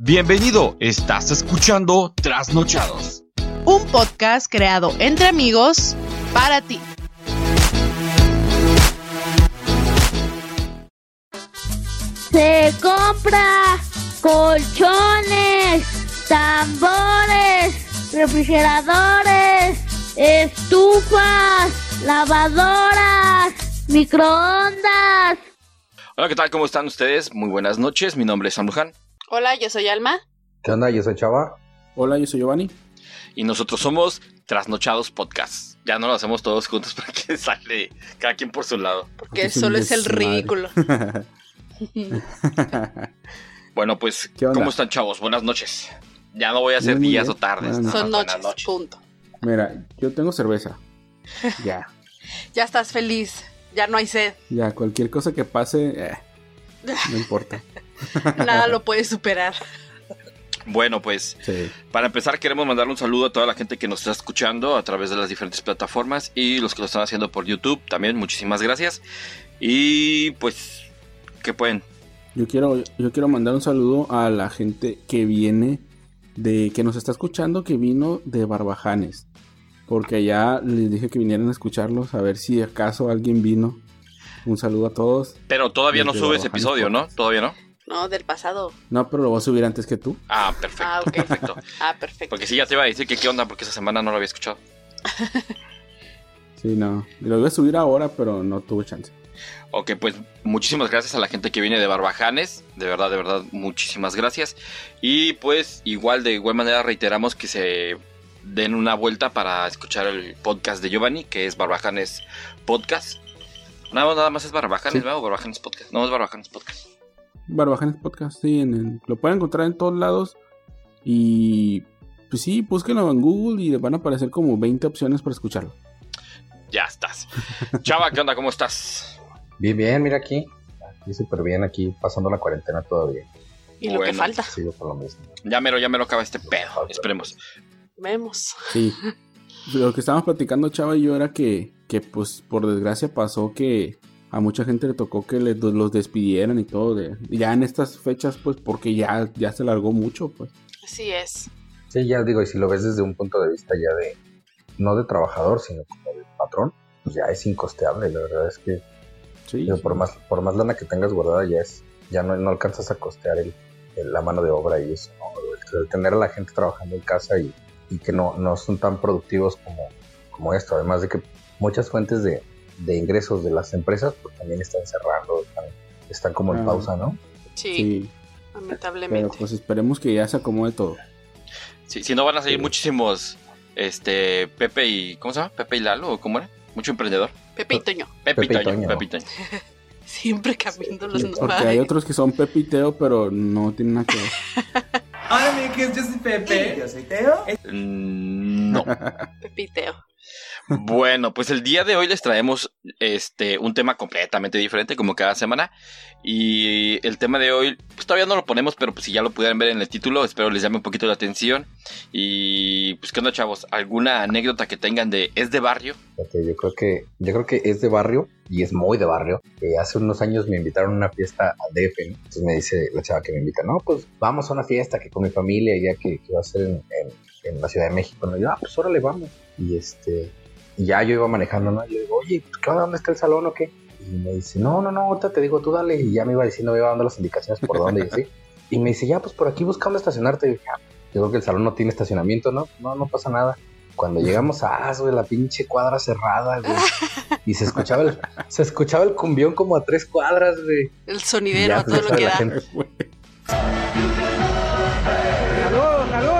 Bienvenido, estás escuchando Trasnochados. Un podcast creado entre amigos para ti. Se compra colchones, tambores, refrigeradores, estufas, lavadoras, microondas. Hola, ¿qué tal? ¿Cómo están ustedes? Muy buenas noches, mi nombre es Sam Luján Hola, yo soy Alma. ¿Qué onda? Yo soy Chava. Hola, yo soy Giovanni. y nosotros somos Trasnochados Podcast. Ya no lo hacemos todos juntos porque sale cada quien por su lado. Porque es un solo es el desmadre. ridículo. Bueno, pues, ¿Qué onda? ¿cómo están chavos? Buenas noches. Ya no voy a hacer Muy días o bien. tardes. Buenas Ah, Son buenas noches, punto. Mira, yo tengo cerveza. Ya, Ya estás feliz, ya no hay sed, ya, cualquier cosa que pase, eh, no importa. nada lo puedes superar. Bueno, pues, Sí. para empezar queremos mandarle un saludo a toda la gente que nos está escuchando a través de las diferentes plataformas y los que lo están haciendo por YouTube también. Muchísimas gracias. Y pues, ¿qué pueden? Yo quiero, yo quiero mandar un saludo a la gente que viene de, que nos está escuchando, que vino de Barbajanes. Porque ya les dije que vinieran a escucharlos, a ver si acaso alguien vino. Un saludo a todos. Pero todavía no Desde sube ese Baján, episodio, ¿no? Todavía no. No, del pasado. No, pero lo voy a subir antes que tú. Ah, perfecto. Ah, ok. Perfecto. Ah, perfecto. Porque sí, ya te iba a decir que qué onda, porque esa semana no lo había escuchado. Sí, no. Lo voy a subir ahora, pero no tuve chance. Ok, pues muchísimas gracias a la gente que viene de Barbajanes. De verdad, de verdad, muchísimas gracias. Y pues igual de igual manera reiteramos que se den una vuelta para escuchar el podcast de Giovanni, que es Barbajanes Podcast. Nada, nada más es Barbajanes, Sí. ¿verdad? O Barbajanes Podcast. No, es Barbajanes Podcast. Barbajanes Podcast, sí, en el- lo pueden encontrar en todos lados. Y pues sí, búsquenlo en Google y les van a aparecer como 20 opciones para escucharlo. Ya estás. Chava, ¿qué onda? ¿Cómo estás? Bien, bien, mira aquí. Aquí súper bien, aquí pasando la cuarentena todavía. Y lo que Bueno. Ah. falta, Sigo por lo mismo. Ya mero, ya mero acaba este pedo. Esperemos. vemos. Sí. lo que estábamos platicando Chava y yo era que, que pues por desgracia pasó que a mucha gente le tocó que les- los despidieran y todo. de- ya en estas fechas, pues porque ya, ya se largó mucho, pues. Así es. Sí, ya digo, y si lo ves desde un punto de vista ya de, no de trabajador, sino como de patrón, pues ya es incosteable. La verdad es que Sí. digo, por, más, por más lana que tengas guardada ya es, ya no, no alcanzas a costear el, el- la mano de obra y eso, ¿no? El, el tener a la gente trabajando en casa y, y que no, no son tan productivos como, como esto. Además de que muchas fuentes de, de ingresos de las empresas pues, también están cerrando, están, están como en Ah. pausa, ¿no? Sí, Sí, pero lamentablemente. pues esperemos que ya se acomode todo. Sí, si no van a salir Sí. muchísimos, este, Pepe y, ¿cómo se llama? Pepe y Lalo, ¿o ¿cómo era? Mucho emprendedor. Pepe y Toño, Pepe, Pepe y y Toño, Toño. Pepe y Toño. siempre cambiando los Porque hay nombres. otros que son pepiteo, pero no tienen nada que ver. Hola, mi que yo soy Pepe. Yo soy Teo. Mm, No. Pepiteo. Bueno, pues el día de hoy les traemos este un tema completamente diferente, como cada semana. Y el tema de hoy, pues todavía no lo ponemos, pero pues si ya lo pudieran ver en el título, espero les llame un poquito la atención. Y pues qué onda, chavos, alguna anécdota que tengan de es de barrio. Fíjate, yo creo que yo creo que es de barrio y es muy de barrio. Eh, hace unos años me invitaron a una fiesta al DF, ¿no? entonces me dice la chava que me invita, no, pues vamos a una fiesta que con mi familia ya que, que va a ser en, en- en la Ciudad de México, ¿no? Y yo, ah, pues órale, vamos. Y este, y ya yo iba manejando, ¿no? Y le digo, oye, pues, ¿qué onda? ¿Dónde está el salón o qué? Y me dice, no, no, no, ahorita te digo, tú dale. Y ya me iba diciendo, me iba dando las indicaciones por dónde y así. Y me dice, ya, pues por aquí buscando estacionarte. Y dije, "Ah, yo creo que el salón no tiene estacionamiento, ¿no? No, no pasa nada. Cuando llegamos a "Ah, güey, la pinche cuadra cerrada, güey. Y se escuchaba el, se escuchaba el cumbión como a tres cuadras, güey. El Y sonidero, ya, a todo pues, ya lo sabe que la da. gente. ¡Calor, calor!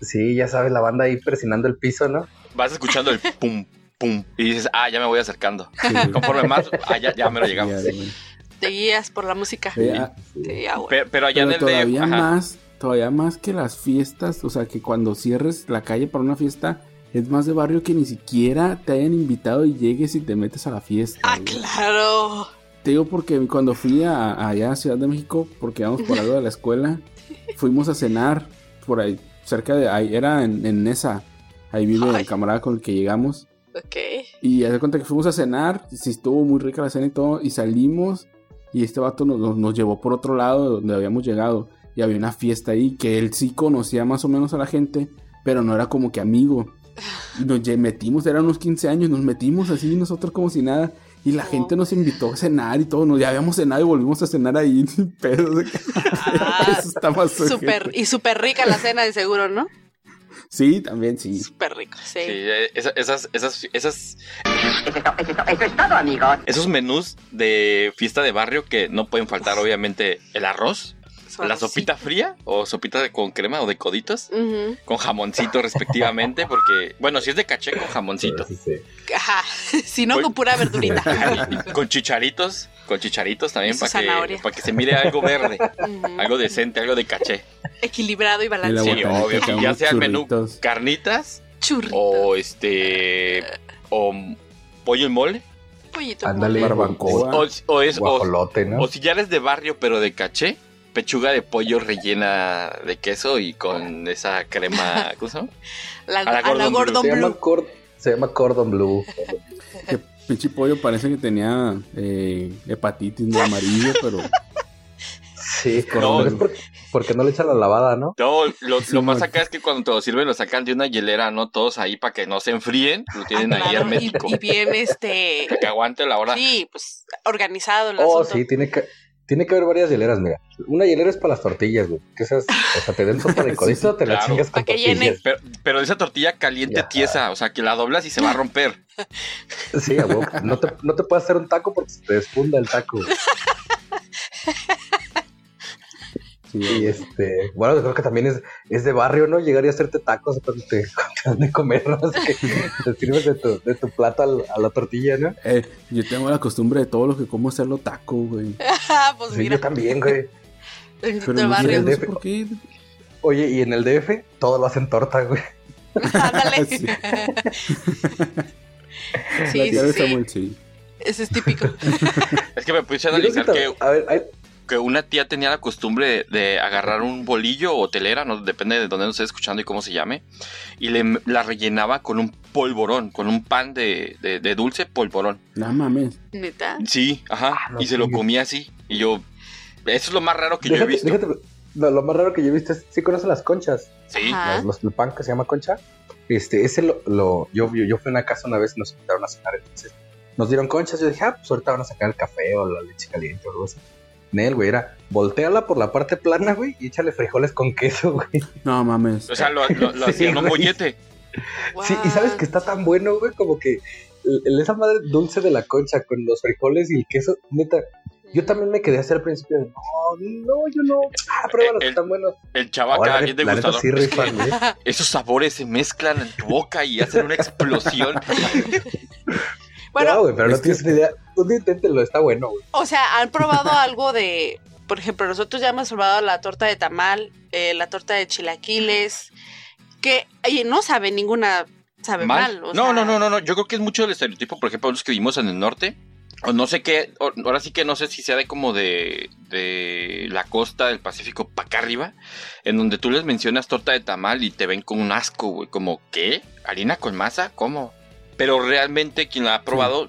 Sí, ya sabes, la banda ahí presionando el piso, ¿no? Vas escuchando el pum, pum, y dices, ah, ya me voy acercando. Sí. Conforme más, ah, ya, ya me lo Ya, llegamos. güey. Te guías por la música. Sí, ah, Sí, ah, bueno. Pero, pero allá pero en el de. todavía más, todavía más que las fiestas, o sea, que cuando cierres la calle para una fiesta es más de barrio que ni siquiera te hayan invitado y llegues y te metes a la fiesta. Ah, güey. claro. Te digo porque cuando fui a, a allá a Ciudad de México, porque íbamos por algo de la escuela, fuimos a cenar por ahí, cerca de ahí, era en, en Nesa, ahí vive Ay. el camarada con el que llegamos. Ok. Y haz de cuenta que fuimos a cenar, sí estuvo muy rica la cena y todo, y salimos, y este vato nos, nos- nos llevó por otro lado de donde habíamos llegado. y había una fiesta ahí que él sí conocía más o menos a la gente, pero no era como que amigo. Y nos ye- metimos, eran unos 15 años, nos metimos así nosotros como si nada. Y la No. gente nos invitó a cenar y todo. Nos, ya habíamos cenado y volvimos a cenar ahí. Pero Ah, eso está más ojete. Súper, y súper rica la cena de seguro, ¿no? Sí, también sí. Súper rico, Sí, sí. eh, esa- esas, esas, esas, Eso es, to- eso es to- eso es todo, amigos. esos menús de fiesta de barrio que no pueden faltar, obviamente, el arroz, la sopita fría o sopita de- con crema o de coditos, Ujú. con jamoncito respectivamente, porque, bueno, si es de caché, con jamoncito. Sí, sí, sí. Ajá. Si no, Oye. con pura verdurita. Con chicharitos, con chicharitos también Y su para que, zanahoria. para que se mire algo verde, Ujú. algo decente, algo de caché. Equilibrado y Y la Sí, balanceado. botanita, obvio, acá ya unos sea el menú. churritos. Carnitas Churrito. o este o pollo en mole pollito. Ándale. mole. Barbacoa. o, o es o, Guajolote, ¿no? o si ya eres de barrio pero de caché, pechuga de pollo rellena de queso y con esa crema, ¿cómo se llama? La, A la a la Gordon Blue. Gordon se, llama Blue. cor- se llama Cordon Blue. Que pinche pollo parece que tenía eh, hepatitis de amarillo, pero Sí, No. pero es porque, porque no le echa la lavada, ¿no? No, lo, Sí, lo más man. acá es que cuando te lo sirven lo sacan de una hielera, ¿no? Todos ahí para que no se enfríen, lo tienen Ah, ahí claro, y, hermético. y bien, este. Que aguante la hora. Sí, pues organizado el Oh, asunto. sí, tiene que, tiene que haber varias hieleras, mira. Una hielera es para las tortillas, güey. Que esas, o sea, te den sopa de codito, te la claro. chingas con Pa' que llene. tortillas. Pero, pero esa tortilla caliente Ajá. tiesa, o sea, que la doblas y se va a romper. Sí, a huevo. No te, no te puedes hacer un taco porque se te desfunda el taco. güey. sí, Y este, bueno, yo creo que también es, es de barrio, ¿no? Llegar y hacerte tacos cuando te, cuando te dan de comer, ¿no? Así que te sirves de tu, de tu plato al- a la tortilla, ¿no? Eh, yo tengo la costumbre de todo lo que como hacerlo taco, güey. Ah, pues Sí, mira, yo también, güey. el Pero del no, sé- barrio. no sé por qué. Oye, y en el DF todo lo hacen torta, güey. Ándale. Sí. Sí, La sí, tía de sí. Samuel, sí. Ese es típico. Es que me puse a Yo creo que analizar que, tam- a ver, hay- que una tía tenía la costumbre de, de agarrar un bolillo o telera, no depende de dónde nos esté escuchando y cómo se llame, y le, la rellenaba con un polvorón, con un pan de, de- de dulce polvorón. No mames. Neta. Sí, ajá, Ah, no, y se lo chingues. comía así. Y yo, eso es lo más raro que yo he déjate- visto. déjate- no, lo más raro que yo he visto es, ¿sí conocen las conchas? Sí, Ajá. Las- los- el pan que se llama concha. Este, ese lo, lo- yo, yo, yo fui a una casa una vez y nos invitaron a cenar, entonces nos dieron conchas, yo dije, ah, pues ahorita van a sacar el café o la leche caliente o algo así. Nel, güey, era, volteala por la parte plana, güey, y échale frijoles con queso, güey. No mames. o sea, lo, lo- lo Sí, hacía en un güey. bollete. Sí, y sabes que What? está tan bueno, güey, como que el- el- esa madre dulce de la concha con los frijoles y el queso, neta, yo también me quedé hasta el principio, no, no, yo no, ah, pruébalos, El- están buenos. El chavaca, Ahora, bien la neta, degustador. sí Es que rifan, güey. esos sabores se mezclan en tu boca y hacen una explosión. Bueno, no, güey, pero es no que- tienes ni idea. Un inténtelo, está bueno, güey. o sea, han probado algo de. Por ejemplo, nosotros ya hemos probado la torta de tamal, eh, la torta de chilaquiles, que oye, no sabe ninguna. Sabe mal. Mal. o no, sea, no, no, no, no. Yo creo que es mucho del estereotipo, por ejemplo, los que vivimos en el norte. O no sé qué, o- ahora sí que no sé si sea de como de, de la costa del Pacífico para acá arriba, en donde tú les mencionas torta de tamal y te ven con un asco, güey, como ¿qué? ¿Harina con masa? ¿Cómo? Pero realmente quien la ha probado,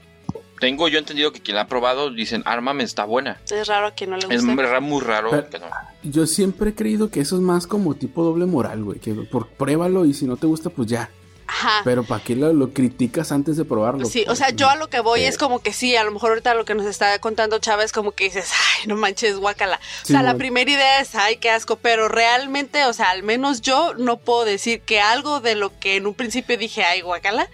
tengo yo entendido que quien la ha probado dicen, arma me está buena. Es raro que no le Es guste. ra- muy raro Pero- que no. Yo siempre he creído que eso es más como tipo doble moral, güey. Que por, pruébalo y si no te gusta, pues ya. Ajá. Pero ¿para qué lo, lo criticas antes de probarlo? Sí, o Pues, sea, yo a lo que voy Sí. es como que sí, a lo mejor ahorita lo que nos está contando Chava es como que dices, ay, no manches, guácala. O sea, la Simón. primera idea es, ay, qué asco, pero realmente, o sea, al menos yo no puedo decir que algo de lo que en un principio dije, ay, guácala,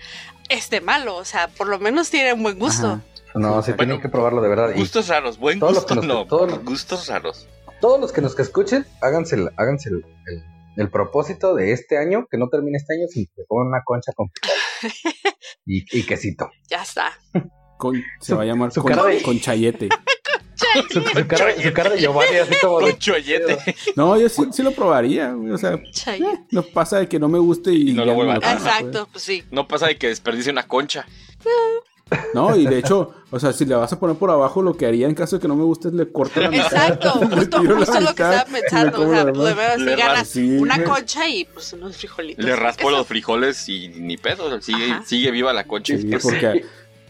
esté malo, o sea, por lo menos tiene un buen gusto. Ajá. No, sí, Bueno, tienen que probarlo de verdad. Y Gustos raros, buen Todo lo gusto, que nos- no. todo lo- Gustos raros. todos los que nos que escuchen, háganse, el, háganse el, el- el propósito de este año, que no termine este año sin que coman una concha con frijoles y, y quesito. Ya está. Con- se Su- va a llamar su con, cara de- con chayete. Su, su cara, su cara de Giovanni, así como de, Con chollete. No, yo sí, sí lo probaría. güey, O sea, Chay. eh, no pasa de que no me guste y, Y no lo ya vuelva me a como, hacer. pues. Exacto, pues sí. No pasa de que desperdicie una concha. No, y de hecho, o sea, si le vas a poner por abajo, lo que haría en caso de que no me guste es le corto la mitad. Exacto, le justo, tiro la justo lo que mitad estaba y le pensando. como O sea, lo pues, de demás. verdad, Le si ganas Sí, una güey. concha y pues unos frijolitos. Le con raspo queso. los frijoles y ni pedo. Sigue, Ajá. sigue viva la concha. pues, Sí, porque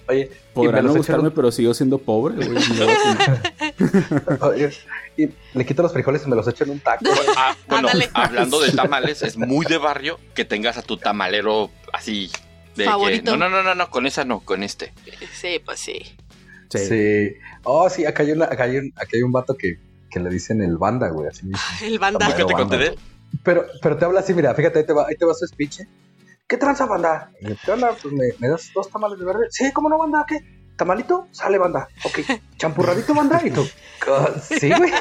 Oye, podrá me los no echaron- gustarme, pero sigo siendo pobre, güey. y luego, Oye, y le quito los frijoles y me los echo en un taco. güey. Ah, bueno, Ándale. hablando de tamales, es muy de barrio que tengas a tu tamalero así. De que, Favorito. no, no, no, no, no, con esa no, con este. Sí, pues sí. Sí. Sí. Oh, sí, acá hay, una, acá hay un, acá hay un vato que, que le dicen el banda, güey. Así mismo. El ¿Por qué banda. te conté de él? Pero, pero te habla así, mira, fíjate, ahí te va, ahí te va su speech. ¿eh? ¿Qué tranza, banda? ¿Qué onda? Pues me, me das dos tamales de verde. Sí, ¿cómo no, banda? ¿Qué? ¿Tamalito? Sale, banda. Ok. ¿Champurradito, banda? Y tú, "Co- sí, güey.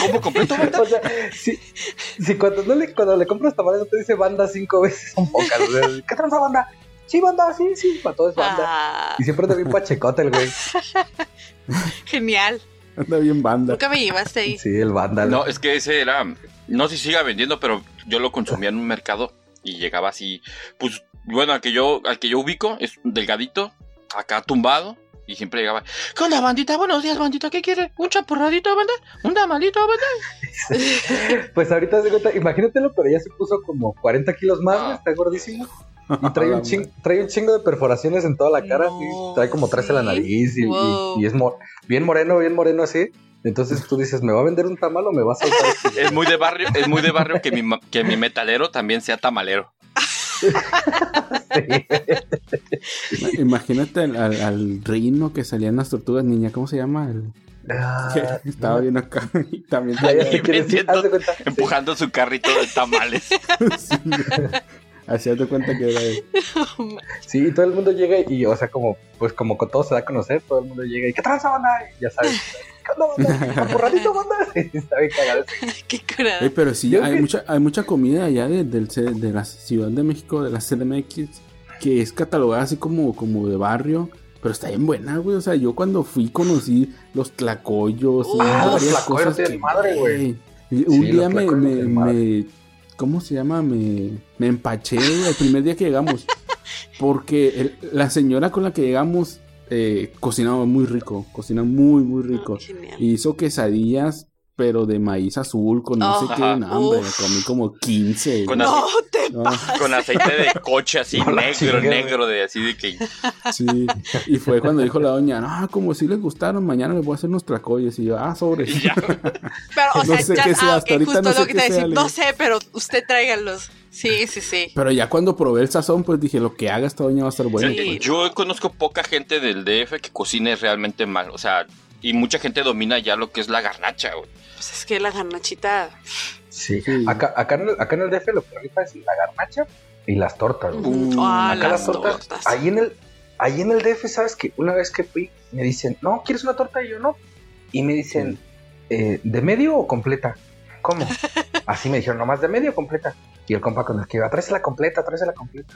¿Cómo completo? O sea, si, si cuando, no le, cuando le compras tamales no te dice banda cinco veces, son pocas. o sea, ¿Qué tranza, banda? Sí, banda, sí, sí, para todo es banda. Ah, Y siempre te vi pachecote el güey. genial. Anda bien banda. Nunca me llevaste ahí. Sí, el banda. No, es que ese era. No sé si siga vendiendo, pero yo lo consumía en un mercado y llegaba así. Pues bueno, al que yo, al que yo ubico es un delgadito, acá tumbado. Y siempre llegaba, ¿qué onda, bandita? Buenos días, bandita, ¿qué quiere? ¿Un champurradito, banda? ¿Un tamalito, banda? Pues ahorita se cuenta, imagínatelo, pero ya se puso como 40 kilos más, güey, está gordísimo. Y trae un, ching- trae un chingo de perforaciones en toda la cara, No, así, trae como tres en la ¿sí? nariz y, y- Wow. y es mo- bien moreno, bien moreno así. Entonces tú dices, ¿me va a vender un tamal o me va a soltar? este güey?" Es muy de barrio, es muy de barrio que mi, ma- que mi metalero también sea tamalero. Imagínate al, al, al reino que salían las tortugas, niña, ¿cómo se llama? El- Ah, que estaba bien acá y también ya, ya salía- te quieres ir, haz de cuenta. Empujando su carrito de tamales. sí, güey. Así hazte cuenta que era él. Sí, y todo el mundo llega y, o sea, como, pues como con todo se da a conocer, todo el mundo llega y, ¿qué tranza, banda? Y ya sabes, ¿qué onda, banda? ¿Champurradito, banda? Está bien cagado. Qué curada. Eh, pero sí, Yo hay que- mucha, hay mucha comida allá de, del C- de la Ciudad de México, de la CDMX, que es catalogada así como, como de barrio, pero está bien buena, güey. O sea, yo cuando fui conocí los tlacoyos, Uh, Ah, los tlacoyos tienen madre, güey. Y Un Sí, día los me, tlacoyos me- tienen madre. me- ¿cómo se llama? Me, me empaché güey, el primer día que llegamos, porque el- la señora con la que llegamos eh, cocinaba muy rico, cocinaba muy, muy rico. Genial. Hizo quesadillas, pero de maíz azul, con no Oh. sé qué. Ajá. No, hombre, Uf. comí como 15. Con güey. No te No, Con aceite de coche así, No la negro, chingues. negro, de así de que. sí. Y fue cuando dijo la doña, no, como si les gustaron, mañana les voy a hacer unos tracoyes. Y yo, ah, sobre. y ya. Pero, o No sea, sé ya, qué sea, ah, hasta ok, ahorita justo no sé lo que te iba qué a decir. sea, le No digo. sé, pero usted tráigalos. Sí, sí, sí. Pero ya cuando probé el sazón, pues dije, lo que haga esta doña va a estar bueno. Sí. pues. Yo conozco poca gente del DF que cocine realmente mal. O sea, y mucha gente domina ya lo que es la garnacha, güey. Pues es que la garnachita. Sí, Sí. acá, acá, en el, acá en el DF lo que rifa es la garnacha y las tortas. güey. Mm, ah, acá las las tortas, tortas. Ahí en el, ahí en el DF, sabes que una vez que fui, me dicen, no, ¿quieres una torta? Y yo no. Y me dicen, "Eh, ¿de medio o completa? ¿Cómo? Así me dijeron, nomás de medio o completa. Y el compa con el que iba, la completa, la completa.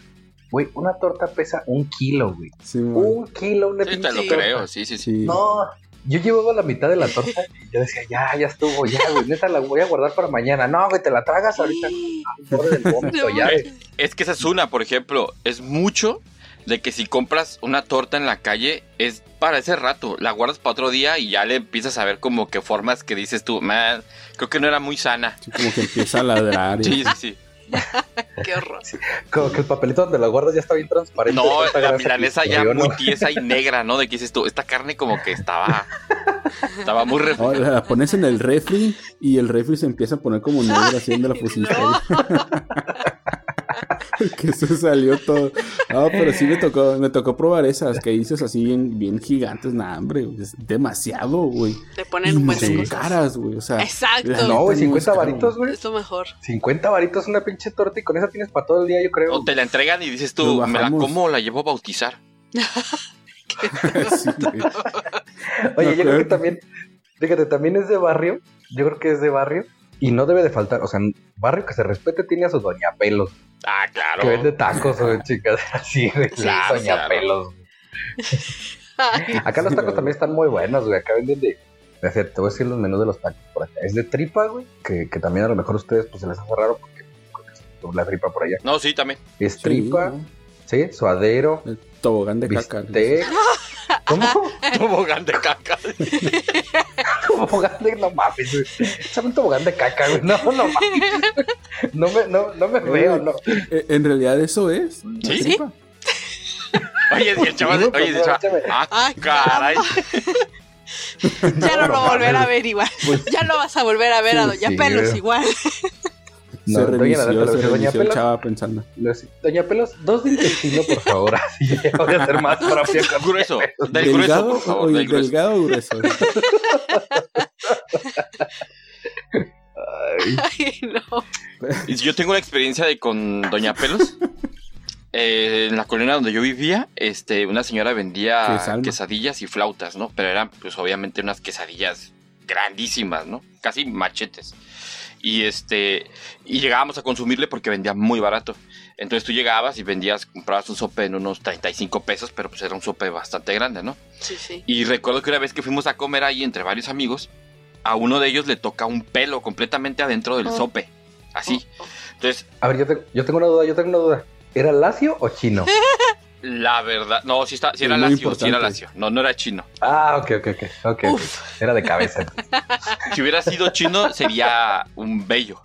Güey, una torta pesa un kilo, güey. Sí, güey. Un kilo, una Sí, te pinche lo Sí. torta. creo, sí, sí, sí. Sí. No, yo llevaba la mitad de la torta y yo decía, ya, ya estuvo, ya, güey, neta la voy a guardar para mañana. No, güey, te la tragas ahorita. Sí. al borde del vómito, No ya, manches. güey. Es que esa es una, por ejemplo, es mucho de que si compras una torta en la calle, es para ese rato, la guardas para otro día y ya le empiezas a ver como que formas que dices tú, man, creo que no era muy sana. Sí, como que empieza a ladrar. y- Sí, sí, sí. Qué horror. Como que el papelito donde la guardas ya está bien transparente. No, tanta la grasa milanesa que ya corrió, ¿no? muy tiesa y negra, ¿no? De que dices tú, esta carne como que estaba, estaba muy ref- Ahora la pones en el refri y el refri se empieza a poner como negro haciendo la pusiste. que se salió todo. No, pero sí me tocó, me tocó probar esas que dices así bien, bien gigantes. Nah, hombre, es demasiado, güey. Le Y ponen un no buen son sí. cosas. caras, güey. O sea, Pues Exacto. la No, neta, güey, no es 50 caro, varitos, güey. güey. Es lo mejor. 50 varitos una pinche torta y con esa tienes para todo el día, yo creo. O te la entregan y dices tú, Lo me la bajamos. como o la llevo a bautizar. Sí, güey. Oye, yo creo que acuerdo. también, fíjate, también es de barrio. Yo creo que es de barrio y no debe de faltar. O sea, barrio que se respete tiene a su doña pelos, Ah, claro. que vende tacos, güey, chicas, así, güey, Sí, la doña claro. pelos. Ay, Acá los Sí, tacos güey. también están muy buenos, güey. Acá venden de. de cierto, te voy a decir los menús de los tacos por acá. Es de tripa, güey. Que, que también a lo mejor a ustedes pues, se les hace raro porque pues, la tripa por allá. No, sí, también. Es Sí, tripa, ¿no? sí, suadero, El tobogán de caca. bistec. ¿Cómo? Tobogán de caca. Tobogán de no mames, güey. Échame un tobogán de caca, güey. No, no mames. No me, no, no me veo, no. Eh, En realidad eso es. la Sí. tripa. Oye, si el chaval, Pues, Sí, güey, oye, si el pero chaval. échame. Ah, Ay, caray. Ya no lo volverá a ver igual. Pues, Ya no vas a volver a ver a Sí, Doña sí, Pelos creo. igual. No, se doña reinició, Natalia, se doña reinició el Pelos. chava pensando. Los- Doña Pelos, dos de intestino, por favor. Así ya voy a ser más propio con Grueso, del grueso, ¿Delgado por o favor, del grueso. delgado o grueso? Ay, Ay, no. Y Yo tengo una experiencia de con Doña Pelos. Eh, en la colonia donde yo vivía, este, una señora Qué vendía salma. quesadillas y flautas, ¿no? Pero eran, pues, obviamente unas quesadillas grandísimas, ¿no? Casi machetes. Y este, y llegábamos a consumirle porque vendía muy barato. Entonces tú llegabas y vendías, comprabas un sope en unos 35 pesos, pero pues era un sope bastante grande, ¿no? Sí, sí. Y recuerdo que una vez que fuimos a comer ahí entre varios amigos, a uno de ellos le toca un pelo completamente adentro del Oh. sope. Así. Entonces, A ver, yo, te- yo tengo una duda, yo tengo una duda. ¿Era lacio o chino? la verdad. No, si está, sí era Es muy lacio, sí era importante. lacio. No, no era chino. Ah, ok, ok, ok. ok, ok. Era de cabeza. Si hubiera sido chino, sería un bello.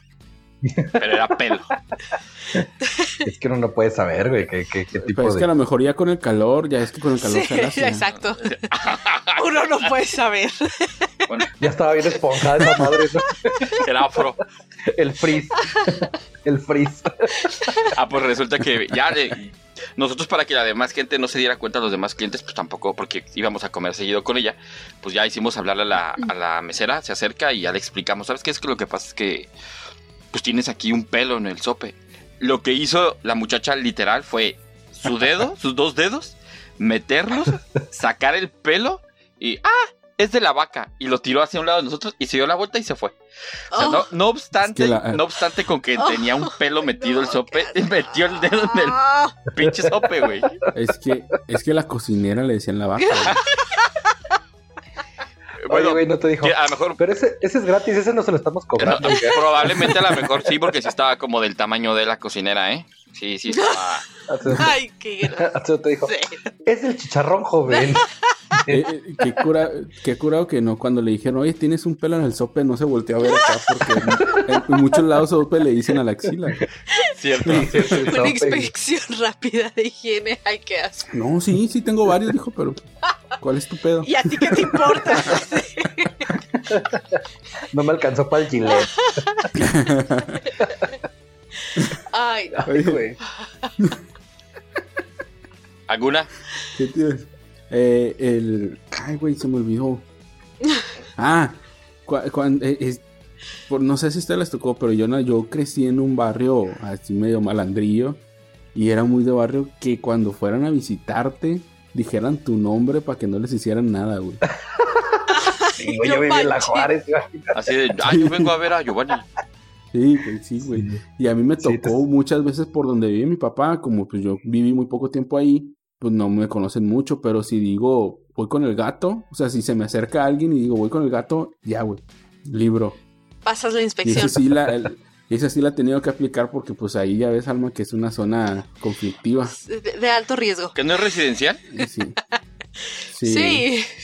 Pero era pelo. Es que uno no puede saber, güey, qué, qué, qué tipo Pero Pues es que a de... lo mejor ya con el calor, ya es que con el calor Sí, se alacia. exacto. Uno no puede saber. Bueno, Ya estaba bien esponjada esa madre, ¿no? era afro. El frizz. El frizz. Ah, pues resulta que ya de- nosotros para que la demás gente no se diera cuenta, los demás clientes, pues tampoco, porque íbamos a comer seguido con ella, pues ya hicimos hablarle a la, a la mesera, se acerca y ya le explicamos, ¿sabes qué es que lo que pasa es que pues tienes aquí un pelo en el sope? Lo que hizo la muchacha literal fue su dedo, sus dos dedos, meterlos, sacar el pelo y ¡ah! Es de la vaca y lo tiró hacia un lado de nosotros y se dio la vuelta y se fue. O sea, Oh. no, no obstante, Es que la- eh, no obstante con que tenía un pelo metido el No, sope, qué asco. metió el dedo en el Oh, pinche sope, güey. Es que, es que la cocinera le decían la vaca. güey. Bueno, Oye, güey, no te dijo. que a lo mejor Pero ese, ese es gratis, ese no se lo estamos cobrando. no, probablemente a lo mejor sí, porque sí estaba como del tamaño de la cocinera, ¿eh? Sí, sí estaba. Así- Ay, qué grosero. así te dijo, es el chicharrón joven. Eh, eh, qué, cura, qué curado que no, cuando le dijeron, oye, tienes un pelo en el sope, no se volteó a ver acá porque en, en muchos lados sope le dicen a la axila. Cierto. Una inspección rápida de higiene. Ay, qué asco. No, sí, sí tengo varios, dijo, pero ¿cuál es tu pedo? ¿Y a ti qué te importa? No me alcanzó para el chile. Ay, no. Ay, güey. ¿Alguna? ¿Qué tienes? Eh, el. Ay, güey, se me olvidó. Ah, cua- cuan- eh, es- por- no sé si a ustedes les tocó, pero yo, no- yo crecí en un barrio así medio malandrillo. Y era muy de barrio que cuando fueran a visitarte, dijeran tu nombre para que no les hicieran nada, güey. Sí, güey, No yo viví en la manches. Juárez. güey. Así de, ah, yo vengo a ver a Giovanni. Sí, güey, sí, güey. Y a mí me Sí, tocó te- muchas veces por donde vive mi papá, como pues yo viví muy poco tiempo ahí, pues no me conocen mucho, pero si digo voy con el gato, o sea, si se me acerca alguien y digo voy con el gato, ya, güey, libro. Pasas la Y esa inspección. sí la, el- esa sí la he tenido que aplicar porque pues ahí ya ves, Alma, que es una zona conflictiva. De, de alto riesgo. ¿Que no es residencial? Y sí. Sí. Sí.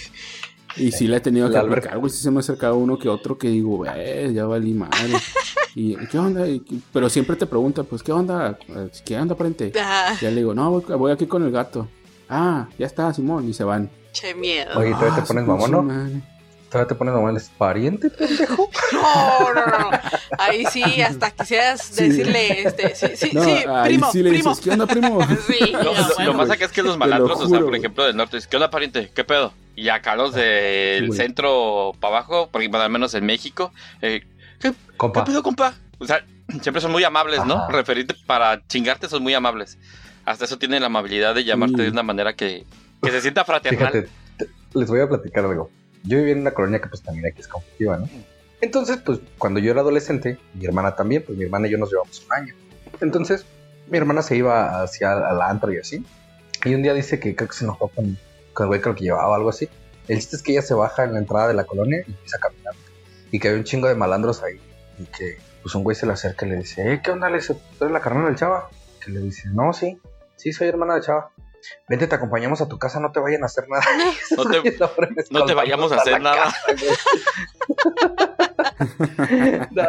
Y sí la he tenido que La alberca. aplicar, güey, sí se me ha acercado uno que otro que digo, "Ve, ya valí madre. Y, ¿qué onda? Y- pero siempre te preguntan, pues, ¿qué onda? ¿Qué onda, frente? Ah, Ya le digo, no, voy, voy aquí con el gato. Ah, ya está, Simón, y se van. che miedo. Oye, todavía te Ah, pones su mamón, ¿no? madre. Todavía te pones normal, es pariente, pendejo. No, no, no. no. Ahí sí, hasta quisieras Sí. decirle, este, sí, sí, No, sí, ahí primo, sí le primo. dices, ¿qué onda, primo? Sí, Lo, ah, lo- bueno. lo más acá es que los Te lo malandros, o sea, juro, por güey. ejemplo, del norte, es, ¿qué onda, pariente? ¿Qué pedo? Y acá los del Sí, güey. centro para abajo, porque bueno, al menos en México, eh, ¿Qué Compa. pedo, compa? O sea, siempre son muy amables, ¿no? Ajá. Referirte para chingarte son muy amables. Hasta eso tienen la amabilidad de llamarte Sí. de una manera que, que se sienta fraternal. Fíjate, te- les voy a platicar algo. Yo vivía en una colonia que pues también aquí es conflictiva, ¿no? Entonces, pues cuando yo era adolescente, mi hermana también, pues mi hermana y yo nos llevamos un año. Entonces, mi hermana se iba hacia el- al antro y así. Y un día dice que creo que se enojó con, con el güey creo que llevaba o algo así. El chiste es que ella se baja en la entrada de la colonia y empieza a caminar. Y que había un chingo de malandros ahí. Y que pues un güey se le acerca y le dice, eh, ¿qué onda? Le dice, ¿tú eres la carnal del chava? Que le dice, no, sí, sí, soy hermana del chava. Vente, te acompañamos a tu casa, no te vayan a hacer nada. No te- Esos cabrones no te colgándonos vayamos a hacer la nada. casa, güey. No,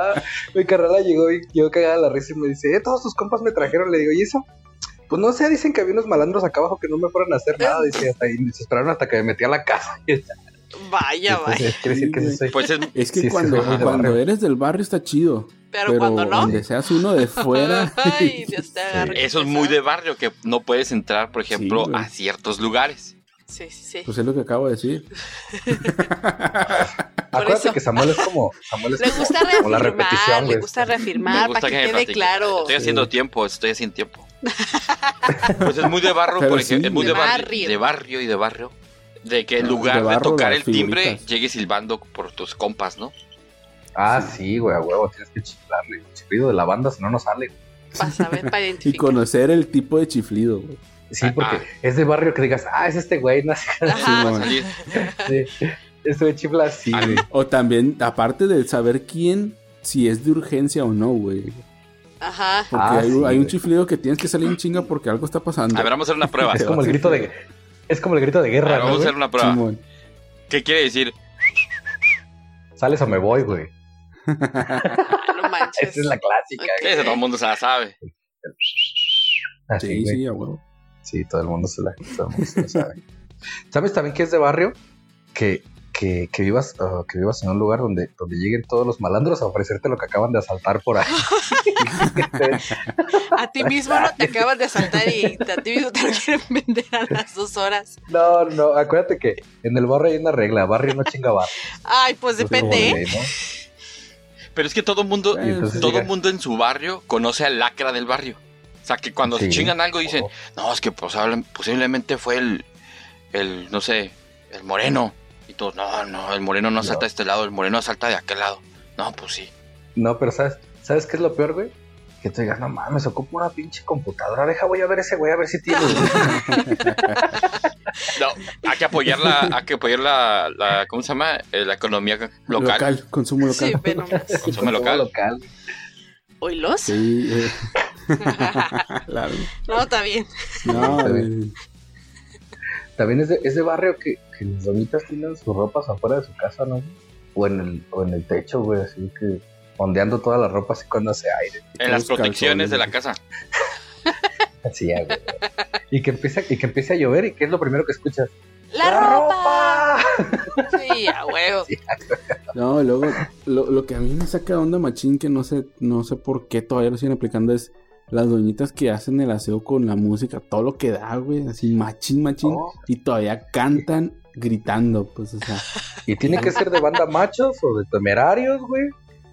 mi carnala llegó y yo cagada la risa y me dice, eh, todos tus compas me trajeron. Le digo, ¿y eso? Pues no sé, dicen que había unos malandros acá abajo que no me fueron a hacer nada. Dice, hasta ahí, se esperaron hasta que me metí a la casa. Vaya, Entonces, vaya. quiere decir que sí soy- Pues es, Es que Sí, es cuando, que soy de cuando barrio. eres del barrio está chido. Pero, cuando no. donde seas uno de fuera. Ay, Dios te agarre. eso es muy de barrio, que no puedes entrar, por ejemplo, güey. a ciertos lugares. Sí, sí, sí. Pues es lo que acabo de decir. Acuérdate eso. que Samuel es como. Samuel es Le como- gusta como la reafirmar, repetición, le güey. gusta reafirmar Me gusta para que que, me quede platiques. claro. Estoy haciendo tiempo, estoy haciendo tiempo. Pues es muy de barrio, Pero por sí. ejemplo, es muy De de, barrio, barrio. de barrio y de barrio. De que en Ah, lugar de de, barro, tocar las el timbre, figuritas. llegue silbando por tus compas, ¿no? Ah, sí, güey, a huevo, tienes que chiflarle. El chiflido de la banda, si no, no sale. Para saber, para Y identificar. conocer el tipo de chiflido, güey. Sí, Ah, porque ah. es de barrio que digas, ah, es este güey, no sé. Ajá. Va a salir. Sí. Este güey chifla así, Ah, güey. O también, aparte de saber quién, si es de urgencia o no, güey. Ajá. Porque Ah, hay, sí, hay un güey. chiflido que tienes que salir en chinga porque algo está pasando. A ver, vamos a hacer una prueba. Es como el grito de. Es como el grito de A ver, guerra, ¿no, Ah, vamos a güey? hacer una prueba. Simón. ¿Qué quiere decir? Sales o me voy, güey. Ah, no manches. Esa es la clásica, Ok. güey. Esa todo el mundo se la sabe. Así, Sí, güey. sí, a huevo. Sí, todo el mundo se la, todo el mundo se la sabe. ¿Sabes también que es de barrio? Que, que, que vivas, uh, que vivas en un lugar donde, donde lleguen todos los malandros a ofrecerte lo que acaban de asaltar por ahí. A ti mismo no te acabas de saltar y a ti mismo te lo quieren vender a las dos horas. no, no, acuérdate que en el barrio hay una regla, barrio no chinga barrio. Ay, pues Entonces, como depende, ¿eh? de, ¿no? Pero es que todo mundo, Eh, entonces todo llega- mundo en su barrio conoce al lacra del barrio. O sea, que cuando se Sí. chingan algo dicen, no, es que posable- posiblemente fue el, el, no sé, el moreno. Y todos, no, no, el moreno no salta de este lado, el moreno salta de aquel lado. No, pues sí. No, pero ¿sabes, ¿sabes qué es lo peor, güey? Que tú digas, no mames, ocupo una pinche computadora, deja, voy a ver ese güey, a ver si tiene. No, hay que apoyar la, hay que apoyar la, la- ¿cómo se llama? Eh, la economía local. consumo local. Sí, pero nomás. Consume local. ¿Oilos? Sí, eh, claro. no, está bien. No, eh, Está bien. güey. También es de, es de barrio que, que las doñitas tienen sus ropas afuera de su casa, ¿no? O en el, o en el techo, güey, así que ondeando toda la ropa así cuando hace aire. En las Todos protecciones calzones. de la casa. Así, ya, güey. Y que, empieza, y que empiece a llover y que es lo primero que escuchas. ¡La ropa! Sí, a huevo. No, y luego lo, lo que a mí me saca de onda machín que no sé, no sé por qué todavía lo siguen aplicando es las doñitas que hacen el aseo con la música, todo lo que da, güey, así machín, machín, Oh. y todavía cantan gritando, pues, o sea, Y tiene que ser de banda machos o de temerarios, güey.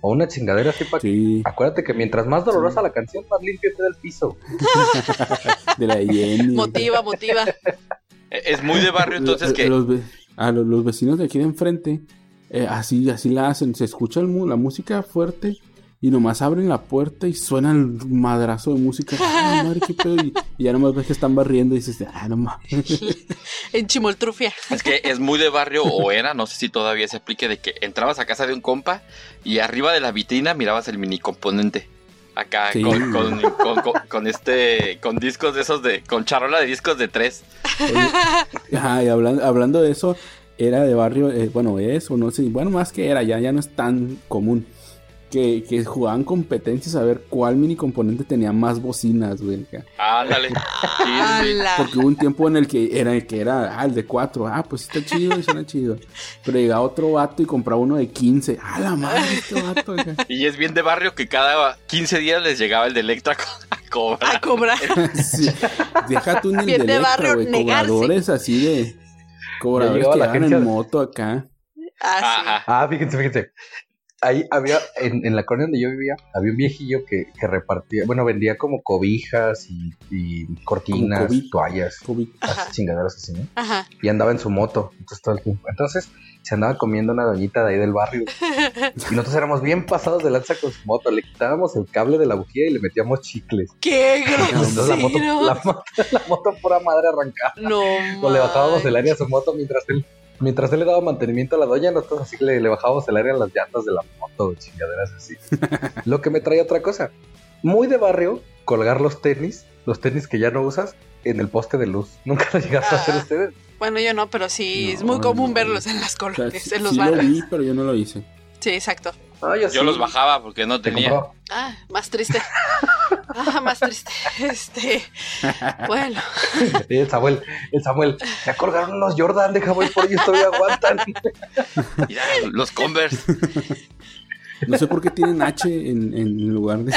O una chingadera así para que... sí, Acuérdate que mientras más dolorosa la canción, más limpio queda el piso. de la Jenny. Motiva, motiva. Eh, Es muy de barrio, entonces Lo- que los ve- a los, los vecinos de aquí de enfrente, eh, así, así la hacen, se escucha el mu- la música fuerte y nomás abren la puerta y suena el madrazo de música. Ay, madre, qué pedo. Y, y ya nomás ves que están barriendo y dices, ah, no mames. En Chimoltrufia. Es que es muy de barrio o era, no sé si todavía se aplique, de que entrabas a casa de un compa y arriba de la vitrina mirabas el mini componente. Acá Sí. con, con, con- con- con este, con discos de esos de, con charola de discos de tres. Ajá, y hablando, hablando de eso, era de barrio, eh, bueno, eso, no sé, bueno, más que era, ya, ya no es tan común. Que, que jugaban competencias a ver cuál mini componente tenía más bocinas, güey. acá. Ándale. Sí, sí, sí. ¡Hala! Porque hubo un tiempo en el que era el que era, ah, el de 4, ah, pues sí está chido y suena chido. Pero llegaba otro vato y compraba uno de 15. Ah, la madre, este vato. acá. Y es bien de barrio que cada 15 días les llegaba el de Electra co- a cobrar. A cobrar. Sí. Deja tú ni el Bien de de Electra, barrio, güey, negarse. Cobradores así de. Cobradores llegaba que la llegaban en agencia- moto acá. Ah, Ajá. Ah, fíjense, fíjense. Ahí había, en, en la colonia donde yo vivía, había un viejillo que, que repartía, bueno, vendía como cobijas y, y cortinas, Como cobi- toallas, COVID. así chingaderas así, ¿no? sí. Ajá. Y andaba en su moto, entonces todo el tiempo. Entonces se andaba comiendo una doñita de ahí del barrio. Y nosotros éramos bien pasados de lanza con su moto, le quitábamos el cable de la bujía y le metíamos chicles. ¡Qué Entonces la moto, grosero! la, mo- la moto pura madre arrancaba. No, O le bajábamos el manches. área a su moto mientras él, mientras él le daba mantenimiento a la doña, nosotros así le, le bajábamos el área a las llantas de la moto, chingaderas así. Lo que me trae otra cosa, muy de barrio, colgar los tenis, los tenis que ya no usas, en el poste de luz. Nunca lo llegaste a hacer Ah. ustedes. Bueno, yo no, pero sí, es No, muy común no. verlos en las O sea, colonias, sí, en los sí lo barrios. vi, pero yo no lo hice. Sí, exacto. No, Yo los bajaba porque no Te tenía. compraba- Ah, más triste. Ah, más triste. Este, bueno, Y el Samuel, el Samuel, me colgaron unos Jordan de Hawái por ellos todavía aguantan. Mira, los Converse. No sé por qué tienen H en, en lugar de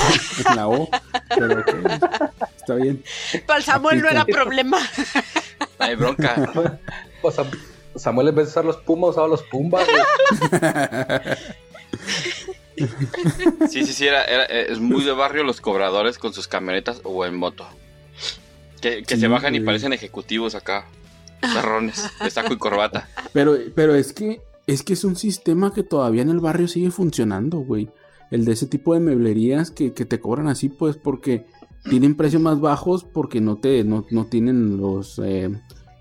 en la O, pero ok, está bien. para el Samuel no era problema. No hay bronca. O sea, Samuel en vez de usar los Pumas usaba los Pumbas. güey. Sí, sí, sí. Era, era- eh, es muy Pues de barrio los cobradores con sus camionetas o en moto. Que, que Sí, se bajan y güey. parecen ejecutivos acá. Perrones, de saco y corbata. Pero, pero es que es que es un sistema que todavía en el barrio sigue funcionando, güey. El de ese tipo de meblerías que, que te cobran así, pues, porque tienen precios más bajos, porque no te, no, no tienen los eh,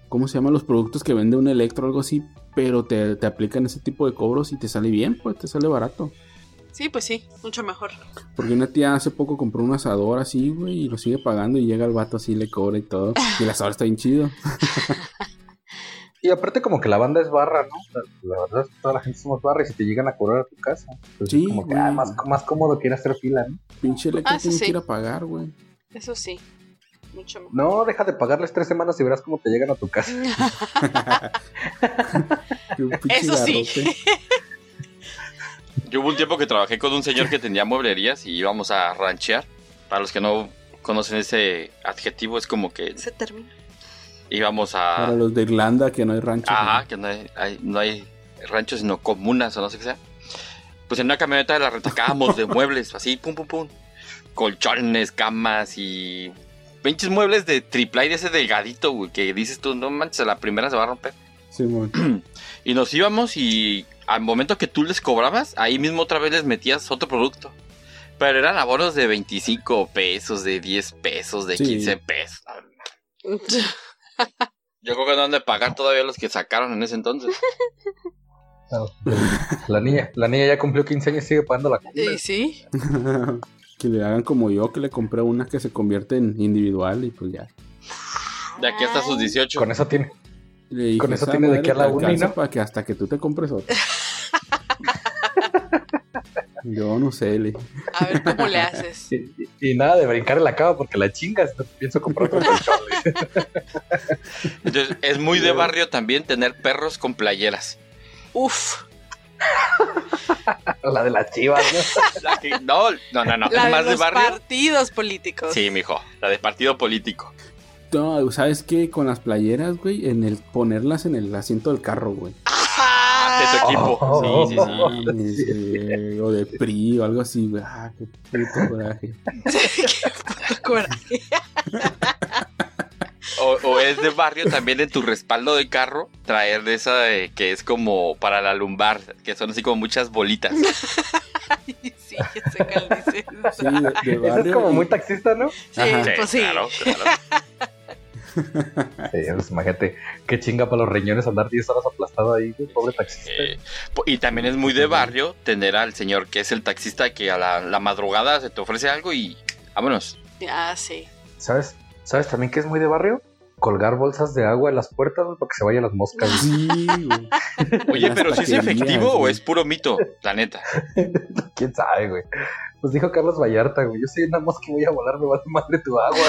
¿cómo se llaman? los productos que vende un electro o algo así, pero te, te aplican ese tipo de cobros y te sale bien, pues te sale barato. Sí, pues sí, mucho mejor. Porque una tía hace poco compró un asador así, güey, y lo sigue pagando y llega el vato así, le cobra y todo. Y el asador está bien chido. Y aparte como que la banda es barra, ¿no? O sea, La verdad es que toda la gente somos barra y si te llegan a cobrar a tu casa. Pues Sí, Como que güey. ah, más, más cómodo que ir a hacer fila, ¿no? Pinche electro Ah, sí, tiene sí. que ir a pagar, güey. Eso sí, mucho mejor. No, deja de pagarles tres semanas y verás cómo te llegan a tu casa. Qué pinche Eso sí. garrote. Yo hubo un tiempo que trabajé con un señor que tenía mueblerías y íbamos a ranchear. Para los que no conocen ese adjetivo, es como que Se termina. íbamos Para a... los de Irlanda que no hay rancho. Ajá, que no hay, hay- no hay ranchos, sino comunas o no sé qué sea. Pues en una camioneta la retacábamos de muebles, así, pum, pum, pum. Colchones, camas y... 20 muebles de triple A de ese delgadito, güey, que dices tú, no manches, a la primera se va a romper. Simón. Y nos íbamos y al momento que tú les cobrabas, ahí mismo otra vez les metías otro producto. Pero eran abonos de 25 pesos, de 10 pesos, de Sí. 15 pesos. Yo creo que no han de pagar todavía los que sacaron en ese entonces. Claro. La niña, la niña ya cumplió 15 años y sigue pagando la comida. Y sí, que le hagan como yo, que le compré una que se convierte en individual y pues ya. De aquí hasta sus 18. Con eso tiene. Le dije, Con eso "Esa tiene de madre qué a la te uni, alcanza ¿no?" Para que hasta que tú te compres otra. yo no sé, le dije. a ver cómo le haces. Y, y- y nada de brincar en la cama porque la chingas. No pienso comprar otro colchón. güey. Entonces, es muy de barrio también tener perros con playeras. Uf, la de las chivas, ¿no? La que- no, no, no, no. la es de más de los barrio. partidos políticos. Sí, mijo. La de partido político. No, ¿sabes qué? Con las playeras, güey, en el ponerlas en el asiento del carro, güey. Ah, de tu Oh, equipo. Sí, sí, sí. Mames, güey, este, o de PRI o algo así, güey. Ah, qué puto coraje. O, o es de barrio también en tu respaldo de carro traer de esa de que es como para la lumbar, que son así como muchas bolitas. sí, ya sé cuál dices. Sí, de, de Ah, Eso es barrio como y- muy taxista, ¿no? Sí, Ajá. pues sí. Claro, claro. Sí, pues imagínate, qué chinga para los riñones andar 10 horas aplastado ahí, güey, pobre taxista. Eh, po- y también es muy de barrio tener al señor que es el taxista que a la, la madrugada se te ofrece algo y vámonos. Ah, sí. ¿Sabes? ¿Sabes también que es muy de barrio? Colgar bolsas de agua en las puertas güey, para que se vayan las moscas. güey. Sí, güey. Oye, Las pero si es taquerías, efectivo o güey. es puro mito, la neta. ¿Quién sabe, güey? Pues dijo Carlos Vallarta, güey, yo soy una mosca y voy a volar, me vale madre tu agua.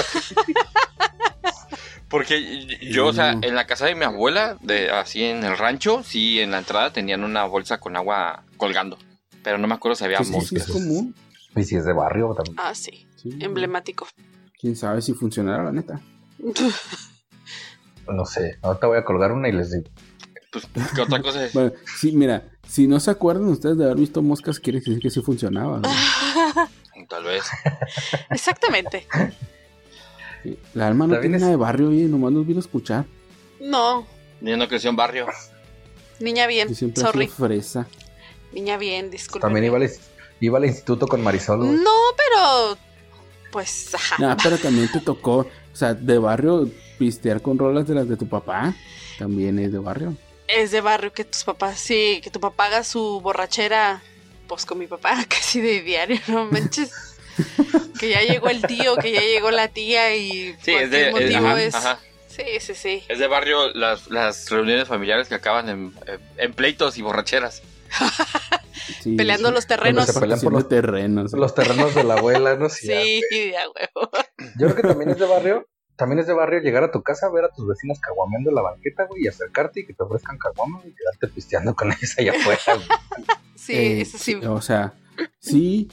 Porque yo, o sea, Mm. en la casa de mi abuela, de así en el rancho, sí, en la entrada tenían una bolsa con agua colgando. Pero no me acuerdo si había Pues sí, sí, es moscas. común. Y si es de barrio también. Ah, sí. Sí, güey. Emblemático. Quién sabe si funcionará, la neta. No sé, ahorita voy a colgar una y les digo. Pues, ¿qué otra cosa es? Bueno, sí, mira, si no se acuerdan ustedes de haber visto moscas, quiere decir que sí funcionaba. güey. Ah. Tal vez. Exactamente. Sí, La alma no También tiene es- nada de barrio, oye, nomás nos vino a escuchar. No, Yo no creció en barrio. niña bien. Yo siempre ha Eh, Sorry. sido fresa. Niña bien, disculpe. También iba al, iba al instituto con Marisol, güey. No, pero. Pues, ajá. Nah, pero también te tocó, o sea, de barrio, pistear con rolas de las de tu papá. También es de barrio. Es de barrio que tus papás, sí, que tu papá haga su borrachera, pues con mi papá casi de diario, no manches. que ya llegó el tío, que ya llegó la tía y Sí, es de, cualquier es- motivo ajá, es. ajá. Sí, sí, sí. Es de barrio las, las reuniones familiares que acaban en, en pleitos y borracheras. Sí, Peleando sí. los terrenos. Cuando se pelean por los terrenos. Los terrenos de la abuela, ¿no? Sí, ya. Sí, a huevo. Yo creo que también es de barrio. También es de barrio llegar a tu casa, ver a tus vecinos caguameando en la banqueta, güey, y acercarte y que te ofrezcan caguama y quedarte pisteando con ellos allá afuera. güey. Sí, Eh, eso sí. O sea, sí,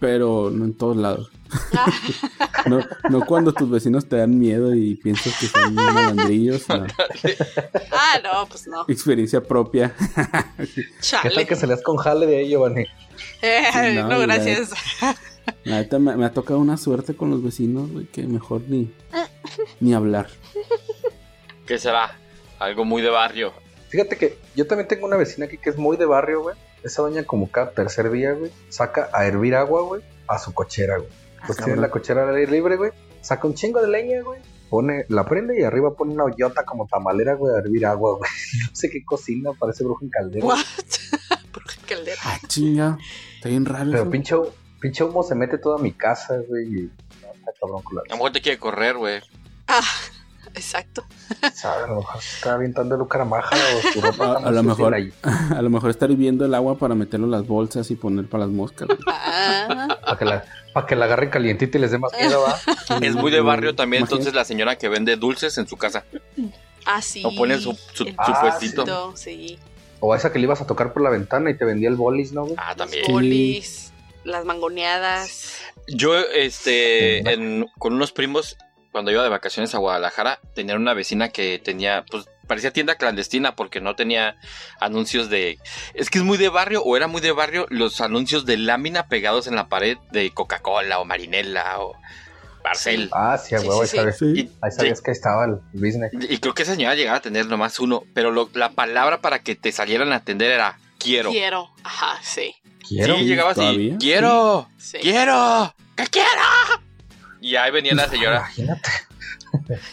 pero no en todos lados. Ah, No, no cuando tus vecinos te dan miedo y piensas que son malandrillos. no. ah, no, pues no. Experiencia propia. ¿Qué Chale. tal que se les conjale de ahí, Giovanni? Eh, Sí, no, no, ya. gracias. La neta me, me ha tocado una suerte con los vecinos, güey, que mejor ni, ni hablar. ¿Qué será? Algo muy de barrio. Fíjate que yo también tengo una vecina aquí que es muy de barrio, güey. Esa doña como cada tercer día, güey, saca a hervir agua, güey, a su cochera, güey. Pues tiene Ah, cabrón. la cochera al aire libre, güey. Saca un chingo de leña, güey. Pone, la prende y arriba pone una hoyota como tamalera, güey, a hervir agua, güey. No sé qué cocina, parece bruja en caldera. What? Bruja Caldera. Ah, chinga. Está bien raro. Pero eso. pinche, pinche humo se mete toda mi casa, güey. Y no, está cabrón con la A lo mejor te quiere correr, güey. Ah, exacto. ¿Sabe? A lo mejor se está aventando Lucaramaja o su ropa. A- está a muy lo sucia mejor. ahí. A lo mejor estar hirviendo el agua para meterlo en las bolsas y poner para las moscas. güey. Ah, Para que, la, para que la agarren calientita y les dé más miedo, va. Es muy de barrio también, Imagínate. entonces la señora que vende dulces en su casa. ah, sí. O pone su, su, su Ah, puestito. Exacto, Sí. O a esa que le ibas a tocar por la ventana y te vendía el bolis, ¿no, güey? Ah, también. Bolis, las mangoneadas. Yo, este, en- con unos primos, cuando iba de vacaciones a Guadalajara, tenían una vecina que tenía, pues, parecía tienda clandestina porque no tenía anuncios de... Es que es muy de barrio, o era muy de barrio, los anuncios de lámina pegados en la pared de Coca-Cola o Marinela o Barcel. Ah, sí, a Sí, huevo, sí, ahí sabes. Sí. Y, Ahí sabías que estaba el business. y creo que esa señora llegaba a tener nomás uno, pero lo- la palabra para que te salieran a atender era quiero. Quiero. Ajá, sí. Quiero. sí, llegabas ¿Todavía? y quiero, Sí. quiero, ¿qué quiero? Y ahí venía la señora, Imagínate.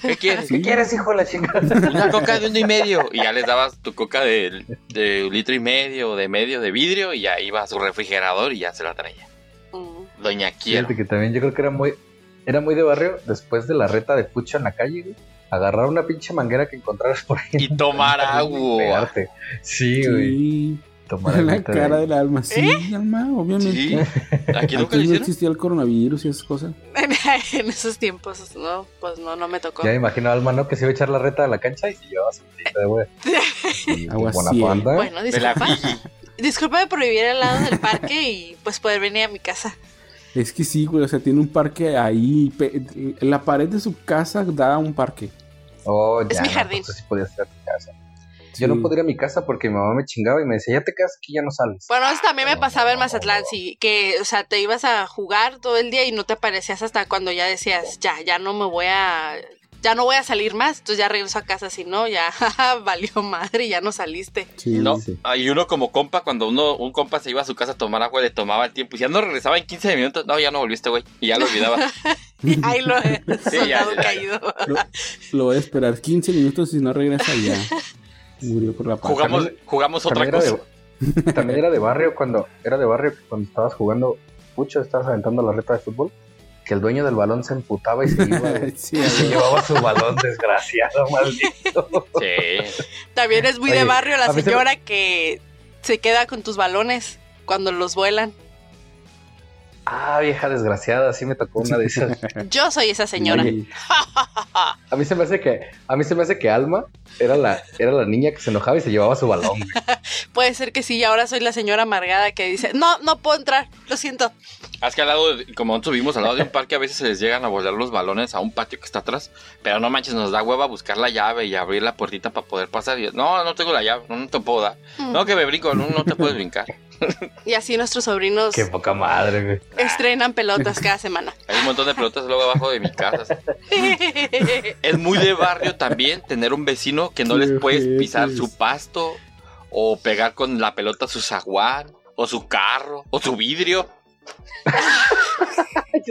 ¿qué quieres? Sí. ¿Quieres, hijo de la chingada? Una coca de uno y medio. Y ya les dabas tu coca de, de un litro y medio, de medio, de vidrio, y ya iba a su refrigerador y ya se la traía. Mm. Doña Quiero. Fíjate que también yo creo que era muy, era muy de barrio después de la reta de pucho en la calle, güey. Agarrar una pinche manguera que encontraras por ahí. Y tomar agua. Pegarte. Sí, güey. Sí. Tomar La agüita de- cara del alma. Sí, alma, obviamente. ¿Eh? Sí. Aquí nunca Antes lo no hicieron. existía el coronavirus y esas cosas. en esos tiempos, no, pues no, no me tocó. Ya me imagino a Alma, ¿no? Que se iba a echar la reta a la cancha y se llevaba su de güey. Y Agua buena ciel. banda. Bueno, De la disculpa. Disculpa por vivir al lado del parque y pues poder venir a mi casa. Es que sí, güey. O sea, tiene un parque ahí. pe- La pared de su casa da a un parque. Oh, Es ya, mi no, jardín. pues tú sí podías ir a tu casa. Sí. Yo no podría ir a mi casa porque mi mamá me chingaba y me decía, ya te quedas aquí, ya no sales. Bueno, eso también me pasaba en Mazatlán, sí, que, o sea, te ibas a jugar todo el día y no te aparecías hasta cuando ya decías, ya, ya no me voy a, ya no voy a salir más, entonces ya regreso a casa, si no, ya, jaja, valió madre, ya no saliste. Sí, No, sí. ah, y uno como compa, cuando uno, un compa se iba a su casa a tomar agua, le tomaba el tiempo. Y ya no regresaba en 15 minutos. No, ya no volviste, güey. Y ya lo olvidaba. Ah, Ahí lo he soldado ya, ya. caído. Lo voy a esperar 15 minutos y si no regresa ya. Murió por la pata. Jugamos, jugamos otra También era, cosa. de, también era de barrio cuando era de barrio que cuando estabas jugando mucho, estabas aventando la reta de fútbol, que el dueño del balón se emputaba y se iba. güey. Sí, Y se llevaba su balón, desgraciado, maldito. Sí. También es muy de Oye, barrio a la mí se me- señora que se queda con tus balones cuando los vuelan. Ah, vieja desgraciada, así me tocó una de esas. Yo soy esa señora. Oye, A mí se me hace que, a mí se me hace que Alma era la, era la niña que se enojaba y se llevaba su balón. güey. Puede ser que sí, y ahora soy la señora amargada que dice, no, no puedo entrar, lo siento. Es que al lado, de- como nosotros vivimos al lado de un parque, a veces se les llegan a volar los balones a un patio que está atrás. Pero no manches, nos da hueva buscar la llave y abrir la puertita para poder pasar. Y, no, no tengo la llave, no, no te puedo dar. No, que me brinco, no, no te puedes brincar. Y así nuestros sobrinos Qué poca madre, güey. estrenan pelotas cada semana. Hay un montón de pelotas luego abajo de mi casa. así. Es muy de barrio también tener un vecino que no les puedes pisar su pasto o pegar con la pelota su zaguán o su carro o su vidrio.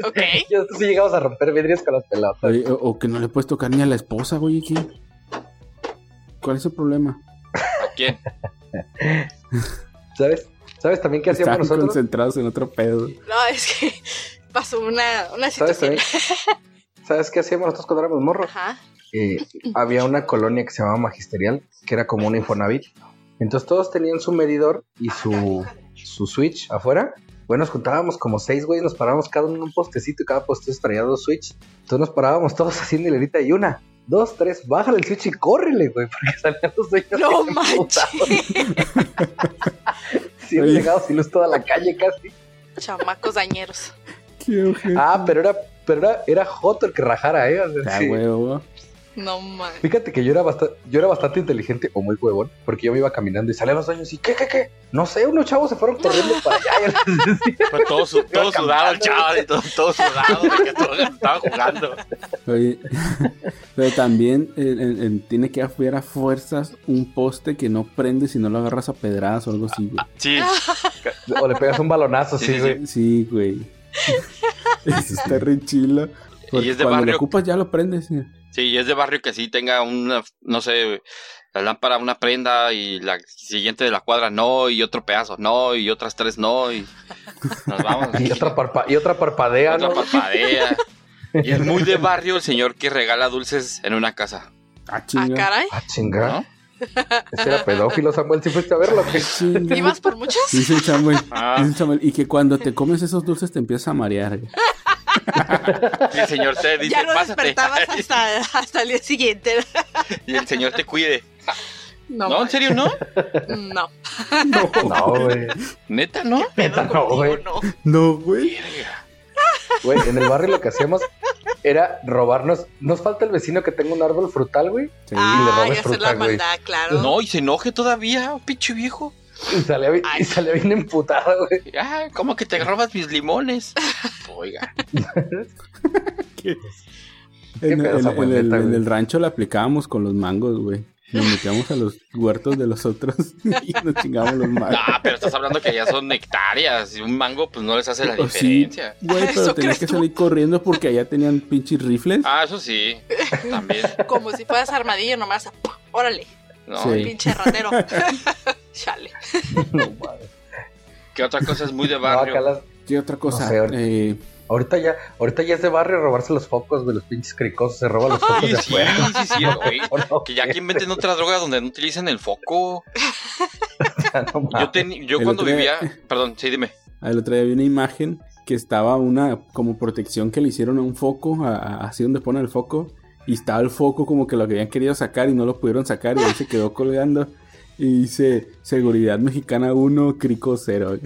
Ok. Y nosotros sí llegamos a romper vidrios con las pelotas. oye, o, o que no le puedes tocar ni a la esposa, güey. ¿qué? ¿Cuál es el problema? ¿A quién? ¿Sabes? ¿Sabes también qué hacíamos Están nosotros? concentrados en otro pedo. No, es que pasó una, una ¿Sabes situación. también? ¿Sabes qué hacíamos nosotros cuando éramos morros? Ajá. Eh, había una colonia que se llamaba Magisterial, que era como un Infonavit. Entonces todos tenían su medidor y su su Switch afuera. Bueno, nos juntábamos como seis, güey, nos parábamos cada uno en un postecito y cada postecito traía dos Switch. Entonces nos parábamos todos haciendo hilerita y una, dos, tres, bájale el Switch y córrele, güey, porque salían los dueños. No bien manches, emputados, así, Oye. regados sin luz toda la calle casi. chamacos dañeros. Qué ojete. Ah, pero era, pero era, era Joto el que rajara, ¿eh? O sea, Ah, sí. huevo. No manches. Fíjate que yo era, bastante, yo era bastante inteligente o muy huevón, porque yo me iba caminando y salían los dueños y ¿qué, qué, qué? No sé, unos chavos se fueron corriendo para allá. Fue todo, su- todo Iba sudado, el caminando. chaval, y todo, todo sudado, de que todo- estaba jugando. Oye, pero también eh, eh, eh, tiene que haber a fuerzas un poste que no prende si no lo agarras a pedradas o algo así, güey. Sí, O le pegas un balonazo, Sí, sí, sí, güey. Sí, güey. Eso está re chilo. Porque Y es de cuando barrio. lo ocupas ya lo prendes. sí. sí, y es de barrio que sí tenga una, no sé, la lámpara, una prenda, y la siguiente de la cuadra no, y otro pedazo no, y otras tres no, y nos vamos. Y otra, parpa- y otra parpadea, Otra ¿no? parpadea. Y es muy de barrio el señor que regala dulces en una casa. Ah, Ah, chinga. caray. Ah, chinga. ¿no? Ese era pedófilo, Samuel. Si fuiste a verlo, que Chinga. ¿Ibas por muchos? Dice el Samuel, Ah. dice el Samuel, y que cuando te comes esos dulces te empiezas a marear. güey. Y el señor te dice, ya no pásate. despertabas hasta, hasta el día siguiente. Y el señor te cuide. No, No, en manches. serio, no. no. No, güey. Neta, no. Neta, no, güey. no. No, güey. Güey, en el barrio lo que hacíamos era robarnos. Nos falta el vecino que tenga un árbol frutal, güey. Sí. Ah, y robes hacer fruta, la güey. maldad, claro. No, y se enoje todavía, pinche viejo. Y salía, bi- y salía bien emputado, güey. Ah, ¿cómo que te robas mis limones? Oiga. En, pedo, en- Samuel, en el, neta, en güey. el rancho la aplicábamos con los mangos, güey. Nos metíamos a los huertos de los otros y nos chingábamos los mangos. Ah, pero estás hablando que ya son hectáreas. Y un mango, pues no les hace la O sí, diferencia. güey, ¿Eso pero tenías crees que tú? salir corriendo porque allá tenían pinches rifles. Ah, eso sí. También. Como si fueras armadillo nomás. ¡pum! Órale, No, Sí. pinche ratero. Chale. ¿Qué otra cosa es muy de No, acá barrio? las- ¿Qué otra cosa? No sé, ahorita- Eh, ahorita, ya, ahorita ya es de barrio robarse los focos, güey. Los pinches cricosos se roban los focos Sí, de sí, afuera. sí, sí, güey. ¿O no? Que ya que inventen otra droga donde no utilizan el foco. No mames. Yo, teni- yo Ah, El cuando otro vivía. día- Perdón, sí, dime. al otro día vi una imagen que estaba una como protección que le hicieron a un foco, a- a- así donde pone el foco, y estaba el foco como que lo habían querido sacar y no lo pudieron sacar y ahí se quedó colgando. Y dice, seguridad mexicana 1, crico 0.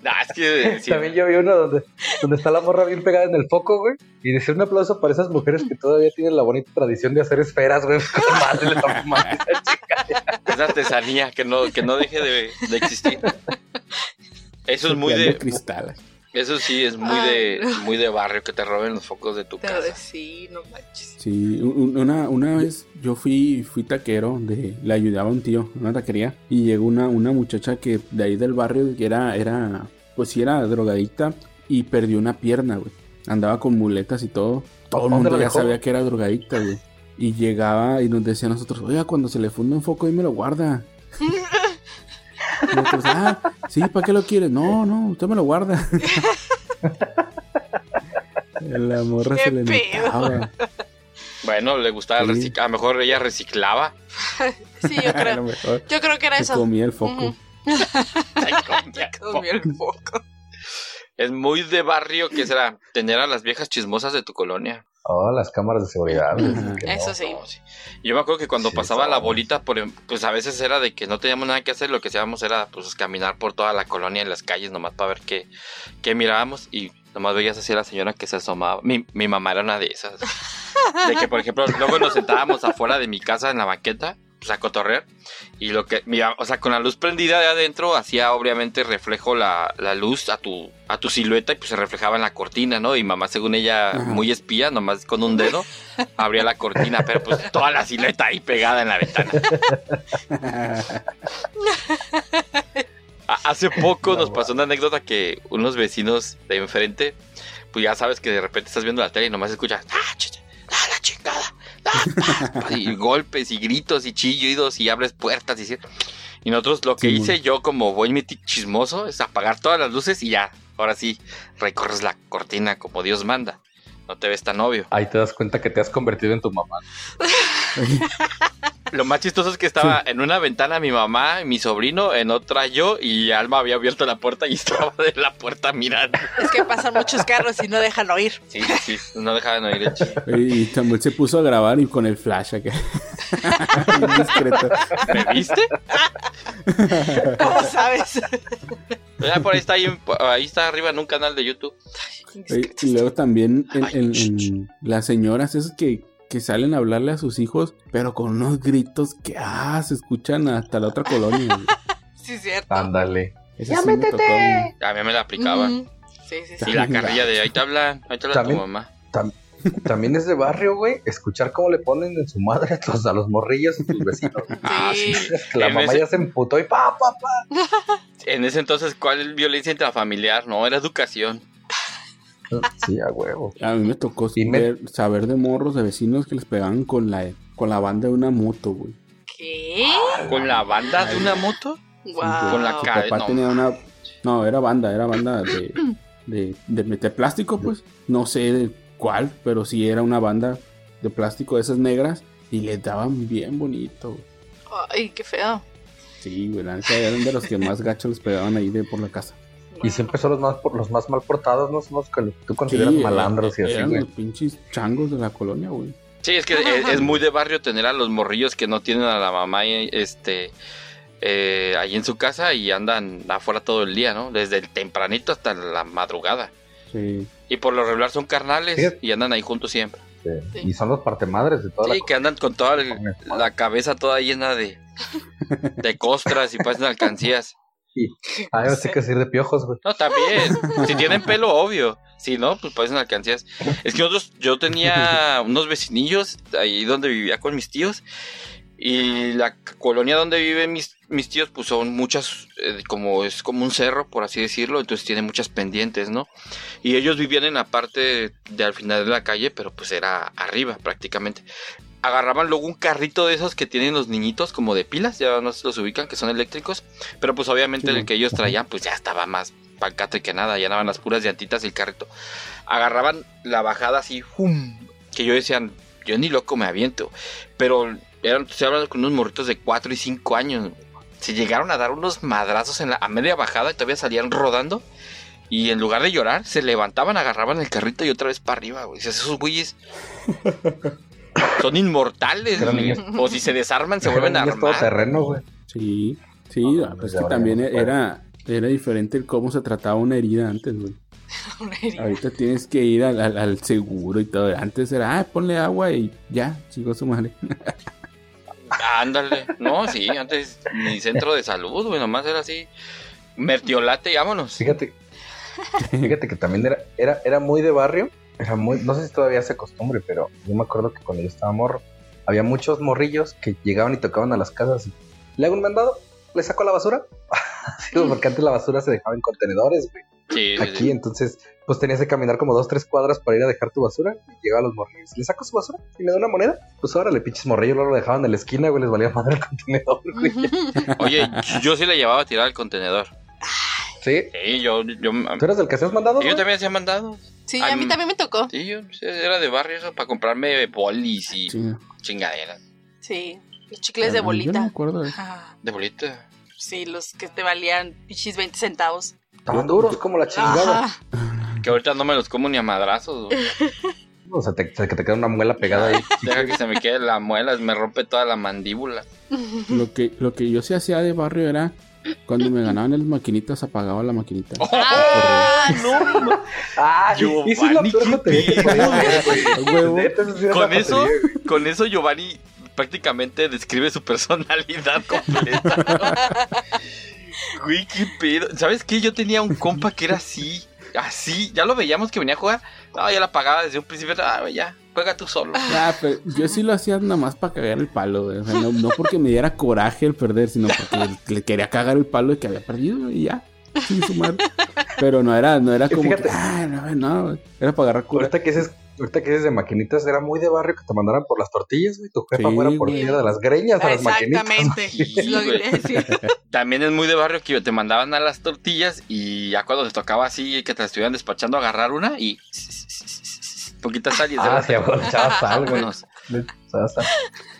Nah, es que. sí. También yo vi uno donde, donde está la morra bien pegada en el foco, güey. Y decía un aplauso para esas mujeres que todavía tienen la bonita tradición de hacer esferas, güey. Madre, le está fumando esa chica. Es artesanía que no, que no deje de, de existir. Eso es muy de. Cristal. Eso sí es muy de, muy de barrio que te roben los focos de tu Pero casa. sí, no manches. Sí, un- una, una vez yo fui, fui taquero, de, le ayudaba a un tío en una taquería y llegó una, una muchacha que de ahí del barrio que era, era, pues sí era drogadicta y perdió una pierna, güey. Andaba con muletas y todo. Todo el ¿Dónde mundo la ya dejó? sabía que era drogadicta, güey. Y llegaba y nos decía a nosotros, oiga, cuando se le funda un foco ahí me lo guarda. Y nosotros, ah, sí, ¿para qué lo quieres? No, no, usted me lo guarda. La morra ¡Qué se le pedo! notaba. Bueno, le gustaba el Sí. recicla- A lo mejor ella reciclaba. Sí, yo A lo creo. mejor. Yo creo que era Se eso. comía el foco. Ujú. Ay, coño. Comió el foco. Es muy de barrio que será tener a las viejas chismosas de tu colonia. Oh, las cámaras de seguridad, güey. Ajá. Que no. Eso sí. No, sí. Yo me acuerdo que cuando Sí, pasaba la estábamos. bolita, por, em- pues a veces era de que no teníamos nada que hacer. Lo que hacíamos era pues caminar por toda la colonia en las calles nomás para ver qué, qué mirábamos. Y nomás veías así a la señora que se asomaba. Mi, mi mamá era una de esas. De que, por ejemplo, luego nos sentábamos afuera de mi casa en la banqueta, pues a cotorrear. Y lo que, mira, o sea, con la luz prendida de adentro, hacía obviamente reflejo la, la luz a tu, a tu silueta y pues se reflejaba en la cortina, ¿no? Y mamá, según ella, Ajá. muy espía, nomás con un dedo, abría la cortina, pero pues toda la silueta ahí pegada en la ventana. A- Hace poco No, nos va. pasó una anécdota que unos vecinos de enfrente, pues ya sabes que de repente estás viendo la tele y nomás escuchas, ¡ah, ch- ah, la chingada! ¡Ah, ah", y golpes y gritos y chillidos y abres puertas y cierras. Y nosotros lo que Sí, hice yo como buen miti- chismoso es apagar todas las luces y ya, ahora sí, recorres la cortina como Dios manda. No te ves tan obvio. Ahí te das cuenta que te has convertido en tu mamá. lo más chistoso es que estaba en una ventana mi mamá, mi sobrino, en otra yo, y Alma había abierto la puerta y estaba de la puerta mirando. Es que pasan muchos carros y no dejan oír. Sí, sí, sí, no dejaban oír el chiste. Y también se puso a grabar y con el flash acá. Bien discreto. ¿Me viste? ¿Cómo sabes? Ah, por ahí está, ahí, ahí está arriba en un canal de YouTube. Oye, Y luego también en, en- en las señoras esas que, que salen a hablarle a sus hijos, pero con unos gritos que ah, se escuchan hasta la otra colonia. güey. Sí, es Ah, cierto. Ándale. Esa sí me tocó a mí. A mí me la aplicaban. Ujú. Sí, sí, sí. Y la carrilla de ahí te hablan, ahí te habla tu También- mamá. También es de barrio, güey, escuchar cómo le ponen en su madre a los, a los morrillos y tus vecinos. Ah, sí. Sí. La En mamá ese- ya se emputó y pa, pa, pa. En ese entonces, ¿cuál violencia intrafamiliar? No, era educación. Sí, a huevo. A mí me tocó Y me- ver- saber de morros de vecinos que les pegaban con la, con la banda de una moto, güey. ¿Qué? ¿Con la banda de una moto? Guau. Con la Su cara, papá no. tenía una. No, era banda, era banda de, de, de meter plástico, pues. No sé de cuál, pero sí era una banda de plástico de esas negras y le daban bien bonito. güey. Ay, qué feo. Sí, güey, la neta eran de los que más gacho les pegaban ahí de por la casa. Y siempre son los más, por- los más mal portados, ¿no? Son los que tú Sí, consideras eran- malandros y así, eran güey. los pinches changos de la colonia, güey. Sí, es que es, es muy de barrio tener a los morrillos que no tienen a la mamá eh, este eh, ahí en su casa y andan afuera todo el día, ¿no? Desde el tempranito hasta la madrugada. Sí. Y por lo regular son carnales Sí. y andan ahí juntos siempre. Sí. Este, Y son los partemadres de toda Sí, que andan con toda el- la cabeza toda llena de, de costras y pasan alcancías. la... Ah, yo sé que decir de piojos, güey. No, también. Si tienen pelo, obvio. Si no, pues parecen alcancías. Es que nosotros, yo tenía unos vecinillos ahí donde vivía con mis tíos. Y la c- colonia donde viven mis, mis tíos, pues son muchas, eh, como es como un cerro, por así decirlo, entonces tiene muchas pendientes, ¿no? Y ellos vivían en la parte de al final de la calle, pero pues era arriba prácticamente. Agarraban luego un carrito de esos que tienen los niñitos, como de pilas, ya no se los ubican, que son eléctricos, pero pues obviamente Sí. el que ellos traían, pues ya estaba más pancate que nada, ya andaban las puras llantitas y el carrito. Agarraban la bajada así, ¡fum! que yo decían, yo ni loco me aviento, pero eran, estoy hablando con unos morritos de 4 y 5 años, se llegaron a dar unos madrazos en la, a media bajada y todavía salían rodando. Y en lugar de llorar, se levantaban, agarraban el carrito y otra vez para arriba, güey. Dices, Esos güeyes son inmortales, Eran güey. niños. O si se desarman, se vuelven a Niños todo armar. terreno, güey. Sí. Sí, No, ah, pues ya que ahora ya también no se puede. era, era diferente el cómo se trataba una herida antes, güey. Una herida. Ahorita tienes que ir al, al- al seguro y todo. Antes era, ah, ponle agua y ya, chicos, su madre. Ándale. No, sí, antes ni centro de salud, güey. Nomás era así. Mertiolate, y vámonos. Fíjate, fíjate que también era, era, era muy de barrio, era muy, no sé si todavía se costumbre, pero yo me acuerdo que cuando yo estaba morro, había muchos morrillos que llegaban y tocaban a las casas y le hago un mandado, le saco la basura. Sí, pues, porque antes la basura se dejaba en contenedores, güey. Sí, sí, sí. Aquí, entonces, pues tenías que caminar como dos, tres cuadras para ir a dejar tu basura. Y llegaba a los morrillos, le saco su basura y me da una moneda. Pues ahora le pinches morrillos, luego lo dejaban en la esquina, güey, les valía madre el contenedor, güey. Oye, yo sí le llevaba a tirar el contenedor. Sí. Sí, yo, yo, ¿Tú eras el que hacías mandado? yo también hacía mandado. Sí, a mí Am- también me tocó. Sí, yo era de barrio eso para comprarme bolis y Chinga. chingaderas. Sí, los chicles de Yo no me bolita. acuerdo de eso. Ah, De bolita. sí, los que te valían pichis 20 centavos. Tan duros como la chingada. Ajá. Que ahorita no me los como ni a madrazos. güey. O sea, te, te- que te queda una muela pegada ahí. Deja que se me quede la muela, me rompe toda la mandíbula. Lo que, lo que yo sí hacía de barrio era cuando me ganaban las maquinitas, apagaba la maquinita. Oh. Ah, no. Ah, Giovanni, y sí es la peor lotería que podía haber, güey. A huevo. Neta, esa sí era Con la eso, lotería, güey. con eso Giovanni prácticamente describe su personalidad completa. ¿no? Güey, qué pedo. ¿Sabes qué? Yo tenía un compa que era así, así. Ya lo veíamos que venía a jugar. No, ya la pagaba desde un principio. Ah, güey, ya, juega tú solo. Ah, pero yo sí lo hacía nada más para cagar el palo, güey. O sea, no, no porque me diera coraje el perder, sino porque le, le quería cagar el palo de que había perdido güey, y ya. Sin sumar. Pero no era, no era Y como que, fíjate- ah, no, güey, no, güey. era para agarrar coraje. Ahorita que dices, ahorita que dices de maquinitas, era muy de barrio que te mandaran por las tortillas, güey. Tu jefa Sí, fuera por güey. ti, era de las greñas a las maquinitas. Exactamente. maquinitas. Lo quería decir. También es muy de barrio que te mandaban a las tortillas y ya cuando te tocaba así que te la estuvieran despachando agarrar una y poquita sal y Ah, sí, se güey, le echabas sal, güey. vámonos. Le echabas sal.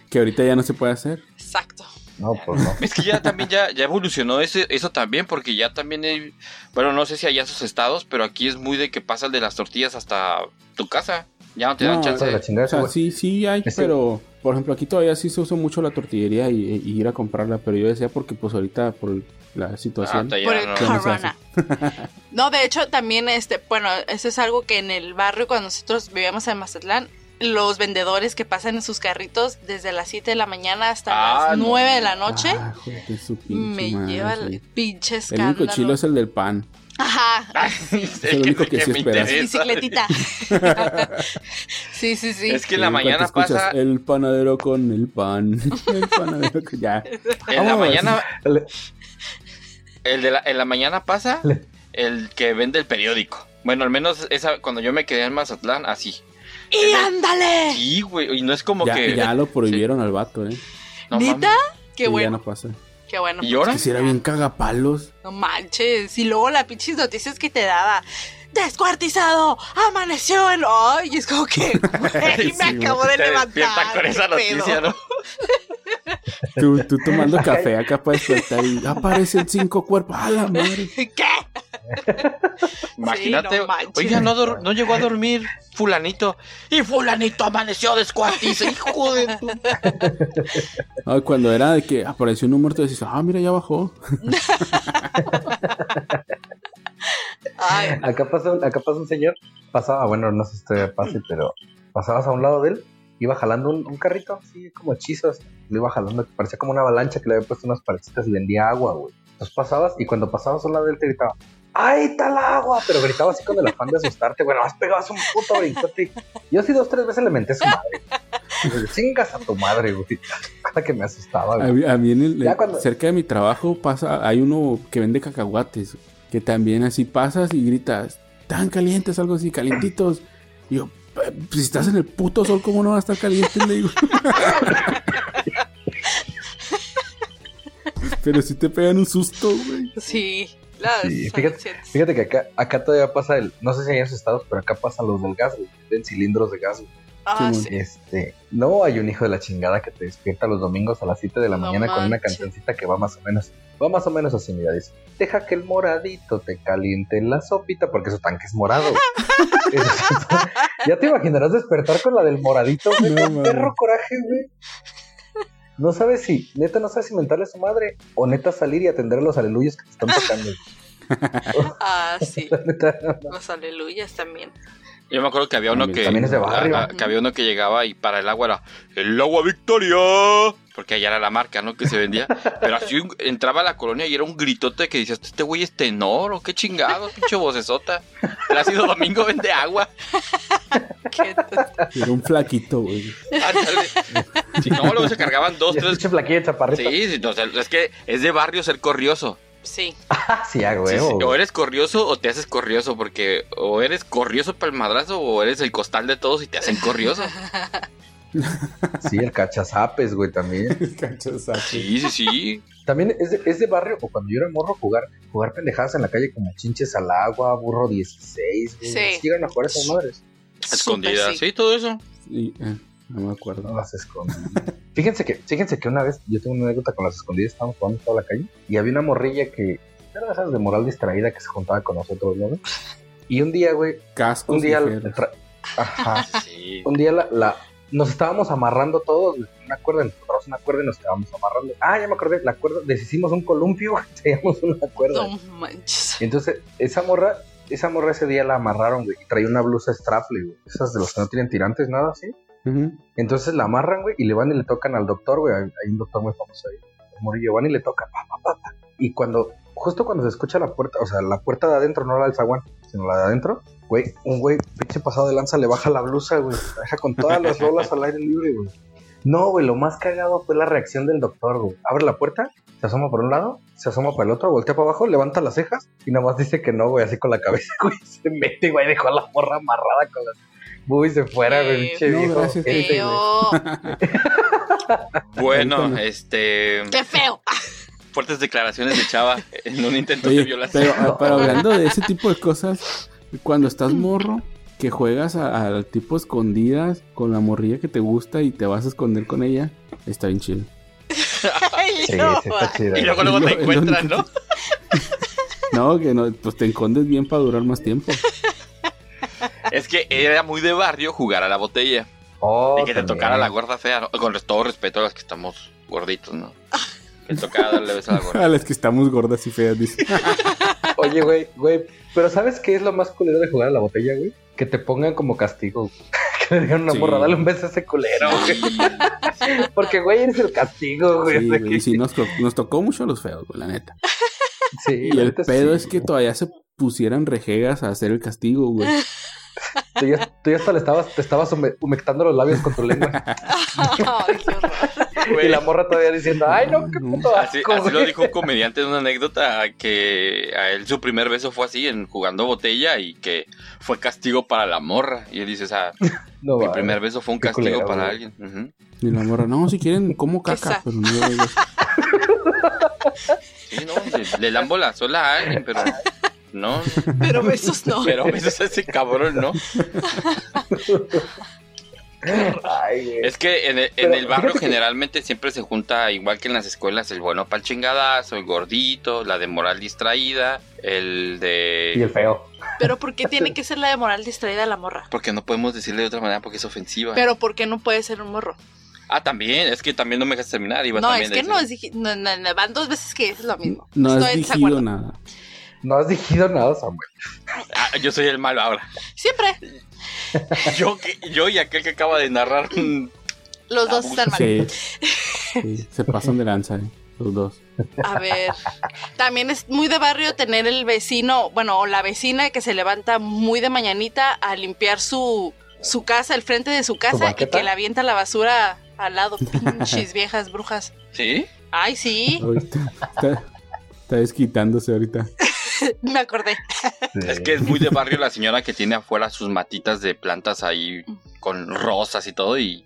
Que ahorita ya no se puede hacer. Exacto. No, pues no. Es que ya también ya, ya evolucionó ese, eso también, porque ya también hay- bueno, no sé si allá en sus estados, pero aquí es muy de que pasa el de las tortillas hasta tu casa. Ya no te dan No, chance. Hasta pues la chingada, O sea, güey. sí, sí hay, Ese- pero por ejemplo aquí todavía sí se usa mucho la tortillería y, y ir a comprarla, pero yo decía porque pues ahorita por la situación... Hasta Ah, ya por el no. ¿Qué nos corona. No, de hecho también este, bueno, eso es algo que en el barrio cuando nosotros vivíamos en Mazatlán, los vendedores que pasan en sus carritos desde las 7 de la mañana hasta Ah, las no. 9 de la noche, Ah, hijo de su me pinche madre. lleva el pinche El único escándalo. chilo es el del pan. Ajá, ah, Es el único que sí me esperas. interesa. bicicletita. sí, sí, sí. Es que en la En cuanto mañana escuchas, pasa, El panadero con el pan. El panadero con... Ya. en la Vamos. mañana, Le- el de la, en la mañana pasa Le- el que vende el periódico. Bueno, al menos esa cuando yo me quedé en Mazatlán, así. ¡Y ándale! Sí, güey, y no es como Ya, que ya lo prohibieron al vato, ¿eh? no ¿Neta? mames. Qué Sí, Ya bueno, no pasa. qué bueno. ¿Y ahora? Que si era bien cagapalos. No manches. Y luego la pinches noticias que te daba. Descuartizado, amaneció en. ¡Ay! Y es como que. güey, Sí, me acabo de Te levantar. despiertan con esa ¿qué pedo? noticia, ¿no? Tú, tú tomando café acá para despertar y aparecen cinco cuerpos. ¡A la madre! ¿Qué? Imagínate, no manches. oiga, no, dor- no llegó a dormir fulanito. Y fulanito amaneció descuartizado, hijo de... tu- Ay, Ah, cuando era de que apareció un número, tú decís, ah, mira, ya bajó. Ay, Acá pasa, un- acá pasa un señor, pasaba, bueno, no sé si todavía pase, pero pasabas a un lado de él, iba jalando un, un carrito así como hechizo, así, lo iba jalando, que parecía como una avalancha que le había puesto unas paletitas y vendía agua, güey. Entonces pasabas y cuando pasabas a un lado de él te gritaba, ¡ahí está el agua! Pero gritaba así con el afán de asustarte, bueno, has pegado un puto brincote. Yo sí dos, tres veces le menté a su madre. Y dije, Chingas a tu madre, güey. Cada que me asustaba, A güey. mí, a mí en el- eh, Ya cuando- cerca de mi trabajo pasa, hay uno que vende cacahuates, que también así pasas y gritas, tan calientes, algo así, calientitos. Y yo, "Pe- si estás en el puto sol, ¿cómo no va a estar caliente? Le digo. Pero si te pegan un susto, güey. sí. las- Sí, fíjate- sientes. Fíjate que acá, acá todavía pasa el, no sé si hay en sus estados, pero acá pasan los del gas, güey, en cilindros de gas, güey. Ah, Simón. sí. Este, no hay un hijo de la chingada que te despierta los domingos a las 7 de la No mañana con una manches. cancioncita que va más o menos, va más o menos así, mira, dice, deja que el moradito te caliente la sopita, porque su tanque es morado. güey. ya te imaginarás despertar con la del moradito, güey, No, con mames. perro coraje, güey. No sabes si, neta, no sabes si mentarle a su madre o neta salir y atender a los aleluyos que te están tocando. Ah, sí. La neta, no, no. Los aleluyas también. Yo me acuerdo que había uno También- que... también es de barrio. que había uno que llegaba y para el agua era... ¡El agua Victoria! Porque allá era la marca, ¿no? Que se vendía. Pero así un- entraba a la colonia y era un gritote que decías, este güey es tenor o qué chingado, pinche vocesota. El ácido domingo vende agua. Qué tonto. Era un flaquito, güey. Ándale. Si no, luego se cargaban dos, Ya tres... pinche flaquilla de chaparrita. Sí, sí, no, o sea, es que es de barrio ser corrioso. Sí. Ah, sí, a huevo, Sí, sí, güey. O eres corrioso o te haces corrioso, porque o eres corrioso para el madrazo o eres el costal de todos y te hacen corrioso. Sí, el cachazapes, güey, también. Sí, sí, sí. También es de, es de barrio, o cuando yo era morro, jugar jugar pendejadas en la calle como chinches al agua, burro 16, güey. Sí. Sí. Llegan a jugar esas madres. Escondida. Súper Sí, todo eso. Y, eh, no me acuerdo. No las esconden. fíjense que, fíjense que una vez, yo tengo una anécdota con las escondidas, estábamos jugando en toda la calle, y había una morrilla que era de esas de moral distraída que se juntaba con nosotros, ¿no? güey? Y un día, güey, Cascos. un día ligeros. tra- Ajá. Sí. un día la, la- nos estábamos amarrando todos, güey, una cuerda, nos agarramos una cuerda y nos estábamos amarrando. Ah, ya me acordé, la cuerda, deshicimos un columpio, güey, teníamos una cuerda. No manches. Entonces, esa morra, esa morra ese día la amarraron, güey, y traía una blusa strapley, güey, esas de los que no tienen tirantes, nada así. Ujú. Entonces la amarran, güey, y le van y le tocan al doctor, güey, hay, hay un doctor muy famoso ahí, el Murillo, van y le tocan, pa, pa, pa, pa. y cuando, justo cuando se escucha la puerta, o sea, la puerta de adentro, no la del zaguán, sino la de adentro, güey, un güey, pinche pasado de lanza, le baja la blusa, güey, la deja con todas las bolas al aire libre, güey. No, güey, lo más cagado fue la reacción del doctor, güey. Abre la puerta, se asoma por un lado, se asoma para el otro, voltea para abajo, levanta las cejas y nada más dice que no, güey, así con la cabeza, güey. Se mete, güey, dejó a la morra amarrada con las. Uy, se fuera, Qué güey, Eh, pinche No, viejo. Este, gracias. Ese, güey. Feo. Bueno, Ahorita no. este. Qué feo. Fuertes declaraciones de Chava en un intento de Oye, violación. Mm. pero, ah, pero hablando de ese tipo de cosas, cuando estás morro, que juegas a- al tipo escondidas con la morrilla que te gusta y te vas a esconder con ella, está bien chido. Ay, Sí, no, sí, está chida. Y luego, luego No, te no, encuentran, ¿no? No, que no, pues te escondes bien para durar más tiempo. Es que era muy de barrio jugar a la botella. Oh, y que te también. tocara la gorda fea, ¿no? Con todo respeto a las que estamos gorditos, ¿no? Que tocara darle Ah, beso a la gorda. A las que estamos gordas y feas, dice. Oye, güey, güey, pero ¿sabes qué es lo más culero de jugar a la botella, güey? Que te pongan como castigo. que le digan una Sí. morra, dale un beso a ese culero, güey. Porque, güey, eres el castigo, güey. Sí, de güey, que- y sí, nos, co- nos tocó mucho a los feos, güey, la neta. sí, Y la el neta, pedo sí, es que güey. todavía se pusieran rejegas a hacer el castigo, güey. Tú ya, tú ya hasta le estabas, te estabas hume- humectando los labios con tu lengua. Ay, qué horror. Güey, y la morra todavía diciendo, ay, no, qué puto Así, asco, así lo güey". dijo un comediante en una anécdota que a él su primer beso fue así, en jugando botella y que fue castigo para la morra. Y él dice, o sea, No, mi va, primer beso fue un Qué castigo culero, para güey. alguien. Ujú. Y la morra, no, si quieren, como caca, Esa. pero no yo, güey. Sí, no, le, le lambo la sola a alguien, pero no, Pero besos no. pero besos a ese cabrón, ¿no? Ay, güey. Es que en el, en Pero el barrio fíjate que- generalmente siempre se junta, igual que en las escuelas, el bueno pa'l chingadazo, el gordito, la de moral distraída, el Y de... el feo. Pero ¿por qué tiene que ser la de moral distraída a la morra? Porque no podemos decirle de otra manera porque es ofensiva. Pero ¿por qué no puede ser un morro? Ah, también, es que también no me dejas terminar. Iba No, también es a que decir- no es digi- no, no, no, van dos veces que pues es lo mismo. No has Estoy en digido desacuerdo. nada. No has dicho nada, Samuel. Ah, yo soy el malo ahora. Siempre, Yo, que- yo y aquel que acaba de narrar... mm, los dos están mal. Sí. Sí, se pasan de lanza, eh, los dos. A ver, también es muy de barrio tener el vecino, bueno, o la vecina que se levanta muy de mañanita a limpiar su, su casa, el frente de su casa, y banqueta? que le avienta la basura al lado. Pinches viejas brujas. ¿Sí? Ay, sí, Ahorita está, está desquitándose ahorita. me acordé. Es que es muy de barrio la señora que tiene afuera sus matitas de plantas ahí con rosas y todo y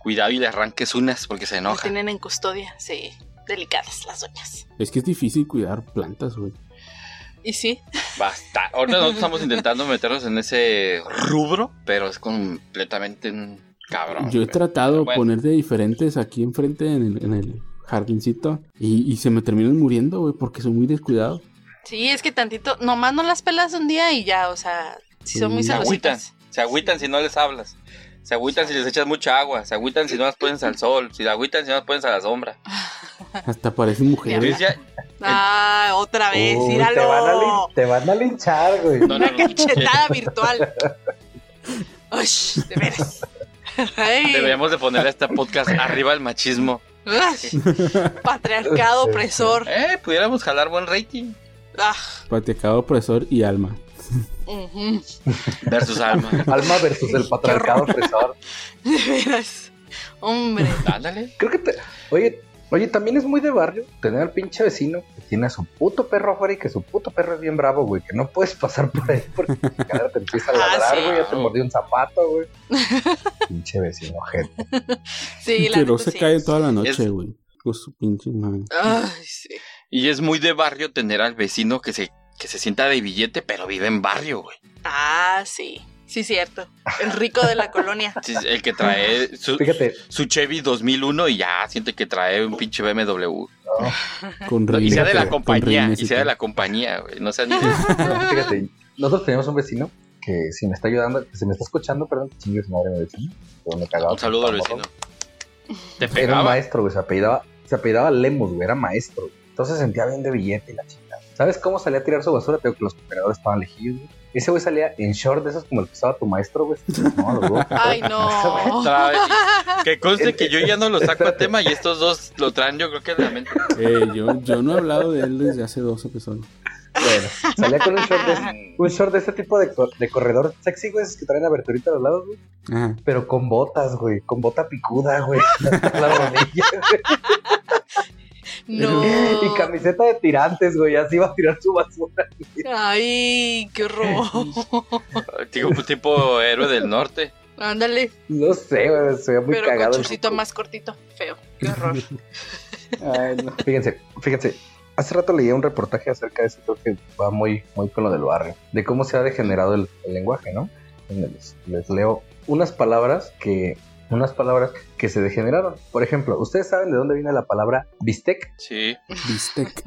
cuidado y le arranques unas porque se Lo enoja. tienen en custodia, sí. Delicadas las doñas. Es que es difícil cuidar plantas, güey. Y sí, Basta. Ahorita nosotros estamos intentando meternos en ese rubro, pero es completamente un cabrón. Yo he tratado de Bueno. poner de diferentes aquí enfrente en el, en el jardincito y, y se me terminan muriendo, güey, porque son muy descuidados. sí, es que tantito, nomás no las pelas un día y ya, o sea, si son muy Se agüitan. celositas. Se agüitan si no les hablas. Se agüitan si les echas mucha agua. Se agüitan si no las pones al sol. Si se agüitan si no las pones a la sombra. Hasta parecen mujeres. Entonces ya- Ah, otra vez, Uy, te, míralo. van a lin- te van a linchar, güey. no, no, Una no. cachetada virtual. Ush, de veras. Ay, Deberíamos de poner a este podcast arriba el machismo. ush, patriarcado opresor. Eh, pudiéramos jalar buen rating. Ah, Patriarcado, opresor y alma. ujú, Versus alma. Alma versus el patriarcado opresor. de veras. Hombre. Ándale. Creo que te. Oye, oye, también es muy de barrio tener al pinche vecino que tiene a su puto perro afuera y que su puto perro es bien bravo, güey. Que no puedes pasar por ahí porque cada te empieza a Ah, ladrar, sí. güey. Ya te mordió un zapato, güey. pinche vecino, gente. Sí, Y la que no neta se sí. cae toda la Es- noche, güey. Con su pinche madre. Ay, sí. Y es muy de barrio tener al vecino que se, que se sienta de billete, pero vive en barrio, güey. Ah, sí. Sí, cierto. El rico de la colonia. Sí, es El que trae su, Fíjate, su Chevy 2001 y ya siente que trae un pinche BMW. Con y sea de reinecito, la con compañía, y reinecito. sea de la compañía, güey. No sean no, fíjate, nosotros tenemos un vecino que si me está ayudando, que si me está escuchando, perdón, chingue su madre mi vecino. pero me cagaba. Un saludo al vecino. Te Era un pegaba. maestro, güey. Se apellidaba, se apellidaba Lemus, güey. Era maestro. güey. Entonces sentía bien de billete y la chingada. ¿Sabes cómo salía a tirar su basura? Tengo que los cooperadores estaban elegidos, güey. Ese güey salía en short de esos como el que usaba tu maestro, güey. No, los dos. Ay, no. Otra vez. Que conste que yo ya no lo saco a Espérate. tema y estos dos lo traen, yo creo que en la mente. Eh, yo, yo no he hablado de él desde hace dos episodios. Bueno, Pues, salía con un short de, un short de ese tipo de, cor- de corredor sexy, güey. Esos que traen aberturita a los lados, güey. Ajá. Pero con botas, güey. Con bota picuda, güey. hasta la rodilla, güey. No. Y camiseta de tirantes, güey. Así iba a tirar su basura. Ay, qué horror. Digo, pues, tipo héroe del norte. Ándale. No sé, güey. Se veía muy Pero cagado. con el chorcito más cortito. Feo. Qué horror. Fíjense, fíjense. Hace rato leía un reportaje acerca de eso, creo que va muy, muy con lo del barrio, de cómo se ha degenerado el, el lenguaje, ¿no? donde les, les leo unas palabras que unas palabras que se degeneraron. Por ejemplo, ¿ustedes saben de dónde viene la palabra bistec? Sí, Bistec.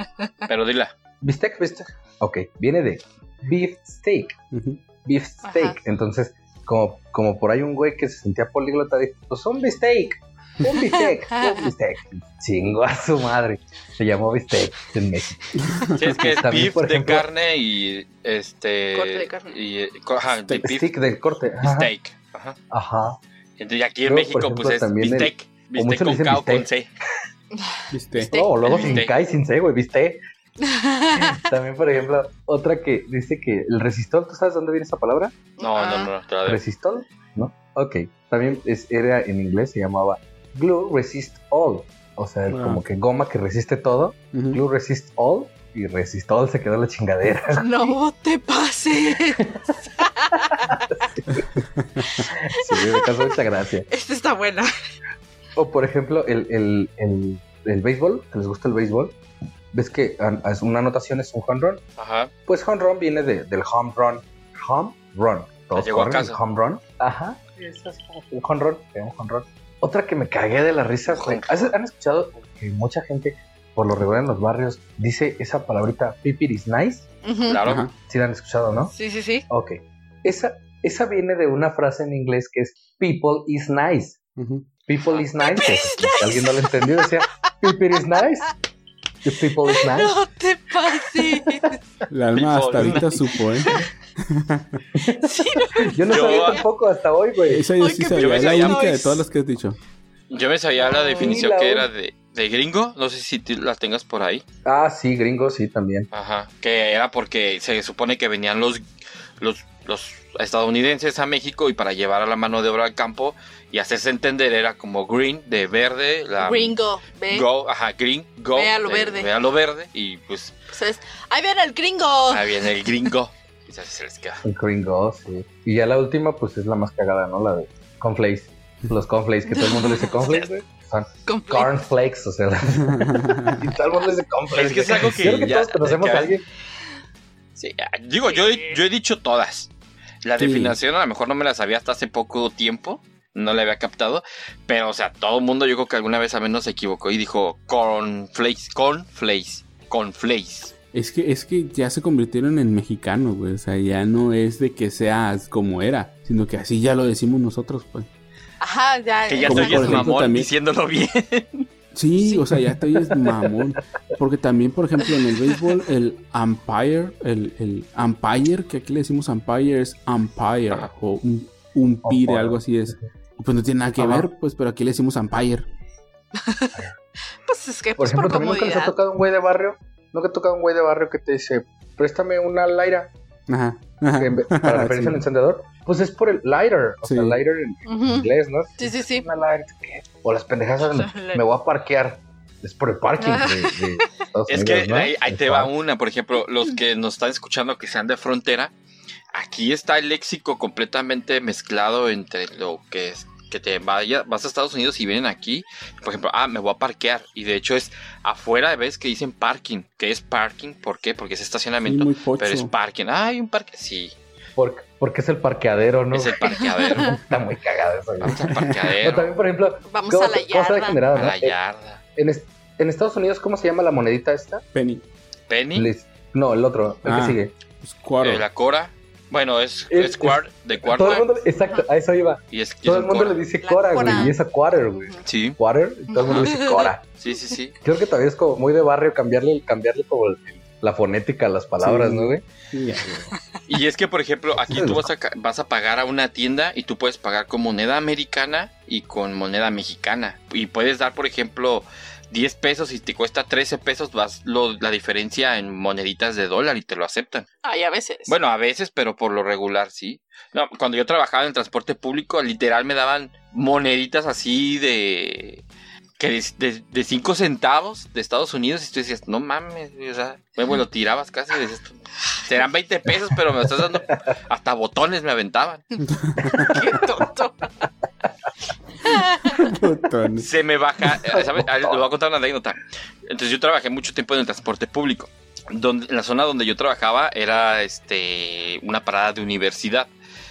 pero dila. Bistec, bistec. Ok, viene de beef steak, Ujú. beef steak. Ajá. Entonces, como, como por ahí un güey que se sentía políglota, dijo, pues un bistec, un bistec, un bistec. Chingo a su madre. Se llamó bistec en México. Sí, es que es También, beef por de ejemplo- carne y este. Corte de carne. Y, eh, co- ajá, de beef Steak del corte. Ajá. steak. Ajá. Ajá. Entonces aquí en Luego, México, por pues ejemplo, es también el- bistec. Bistec muchos le con dicen K o con C. bistec. Bistec. Este, No, Oh, luego Bistec. sin K y sin C, güey, ¿viste? También, por ejemplo, otra que dice que el resistol, ¿tú sabes dónde viene esa palabra? No, no, no, no, te la debo. ¿Resistol? ¿No? Ok. También es- era en inglés, se llamaba glue resist all. O sea, Ah. como que goma que resiste todo. Ujú. Glue resist all y resistol se quedó la chingadera. No te pases. Sí, me causó mucha gracia. Esta está buena. O, por ejemplo, el, el, el, el béisbol, que les gusta el béisbol. ¿Ves que an- es una anotación es un home run? Ajá. Pues home run viene de- del home run. Home run. Todos Llegó a corren el casa. Home run. Ajá. Eso es como que un home run. eh, Un home run. Otra que me cagué de la risa. güey. Home ¿Has- ¿Han escuchado que mucha gente, por lo regular en los barrios, dice esa palabrita, pipir is nice? Ujú. Claro. Ajá. Si la han escuchado, ¿no? Sí, sí, sí. Ok. Esa, esa viene de una frase en inglés que es people is nice. Ujú. People is nice. Si alguien no lo entendió, decía, pipir is nice. The people is nice. No te pases. La alma Frijol. hasta ahorita supo, ¿eh? Sí, no. Yo no Yo- sabía tampoco hasta hoy, güey. Esa yo Ay, sí qué sabía. Es la pena. única de todas las que has dicho. Yo me sabía la Ay, definición la que otra. era de, de gringo. No sé si tú la tengas por ahí. Ah, sí, gringo, sí, también. Ajá. Que era porque se supone que venían los, los, los estadounidenses a México y para llevar a la mano de obra al campo y hacerse entender era como green, de verde, la Gringo, ve. Go, ajá, green, go. Ve a eh. lo de- verde. Ve a lo verde y pues O sea, es, Ahí viene el gringo. Ah, ahí viene el gringo. Quizás se les queda. El Gringo, sí. Y ya la última, pues es la más cagada, ¿no? La de Conflays. Los Conflays, que todo el mundo le dice Conflays, güey. Son Completo. Cornflakes, o sea. y todo el mundo le dice Cornflakes. Es que es algo que Creo que ya- todos conocemos ya- a alguien. Sí, ah, digo, yo, he- yo he dicho todas. La Sí. definición a lo mejor no me la sabía hasta hace poco tiempo. No la había captado. Pero, o sea, todo el mundo yo creo que alguna vez a menos se equivocó y dijo cornflakes, cornflakes, cornflakes. Es que, es que ya se convirtieron en mexicanos, güey. O sea, ya no es de que seas como era, sino que así ya lo decimos nosotros, pues. Ajá, ya. Que ya Como te por oyes ejemplo, mamón también- diciéndolo bien. Pues Sí, o sea, ya te oyes mamón. Porque también, por ejemplo, en el béisbol, el umpire, el, el umpire, que aquí le decimos umpire, es umpire, Ajá. o un, un pire, Umpire. algo así es. Pues no tiene nada que Ajá. ver, pues, pero aquí le decimos umpire. Pues es que Por pues, por, ejemplo, también nunca les ha comodidad. tocado un güey de barrio. Nunca ha tocado un güey de barrio que te dice, préstame una Laira Ajá. ajá. que en vez- para referirse al Sí. encendedor. Pues es por el lighter. O sea, Sí. lighter en Ujú. inglés, ¿no? Sí, sí, sí. Una lighter, ¿qué? O las pendejadas, La me, lighter. me voy a parquear. Es por el parking Ah. de, de Estados Es que Unidos, ¿no? ahí, ahí El te va parking. una, por ejemplo, los que nos están escuchando que sean de frontera, aquí está el léxico completamente mezclado entre lo que es que te vaya, vas a Estados Unidos y vienen aquí, por ejemplo, ah, me voy a parquear y de hecho es afuera ves que dicen parking, que es parking, ¿por qué? Porque es Sí, estacionamiento, muy pocho. pero es parking. Ah, hay un parque, sí, Porque, porque es el parqueadero, ¿no? es el parqueadero. Está muy cagado eso. güey. Vamos al No, parqueadero, también, por ejemplo, Vamos cosa- a la cosa yarda. degenerada, a ¿no? la Eh, yarda. En, es- en Estados Unidos, ¿cómo se llama la monedita esta? Penny. Penny, Les- no, el otro, el Ah, que sigue. Pues, cuaro. eh, la cora. Bueno, es, Es- es cuart- de Todo el cuarto mundo, exacto, a eso iba. y es, y es Todo el un mundo cora. le dice La Cora, Cora. güey, y esa Quarter, güey. Sí, Quarter, y todo el mundo le dice Cora. sí, sí, sí. Creo que todavía es como muy de barrio cambiarle, cambiarle como el- la fonética a las palabras, Sí. ¿no, güey? Sí, ya, güey. Y es que, por ejemplo, aquí tú vas a, ca- vas a pagar a una tienda y tú puedes pagar con moneda americana y con moneda mexicana. Y puedes dar, por ejemplo, 10 pesos y te cuesta 13 pesos, vas lo- la diferencia en moneditas de dólar y te lo aceptan. Ay, a veces. Bueno, a veces, pero por lo regular sí. No, cuando yo trabajaba en el transporte público, literal me daban moneditas así de... Que de- de, 5 centavos de Estados Unidos y tú decías, no mames, güey", o sea, güey, güey, lo tirabas casi y decías, serán 20 pesos, pero me lo estás dando, hasta botones me aventaban. Qué tonto. Botones. Se me baja, eh, ¿sabes? Ah, Les voy a contar una anécdota. Entonces yo trabajé mucho tiempo en el transporte público. Donde, la zona donde yo trabajaba era este, una parada de universidad.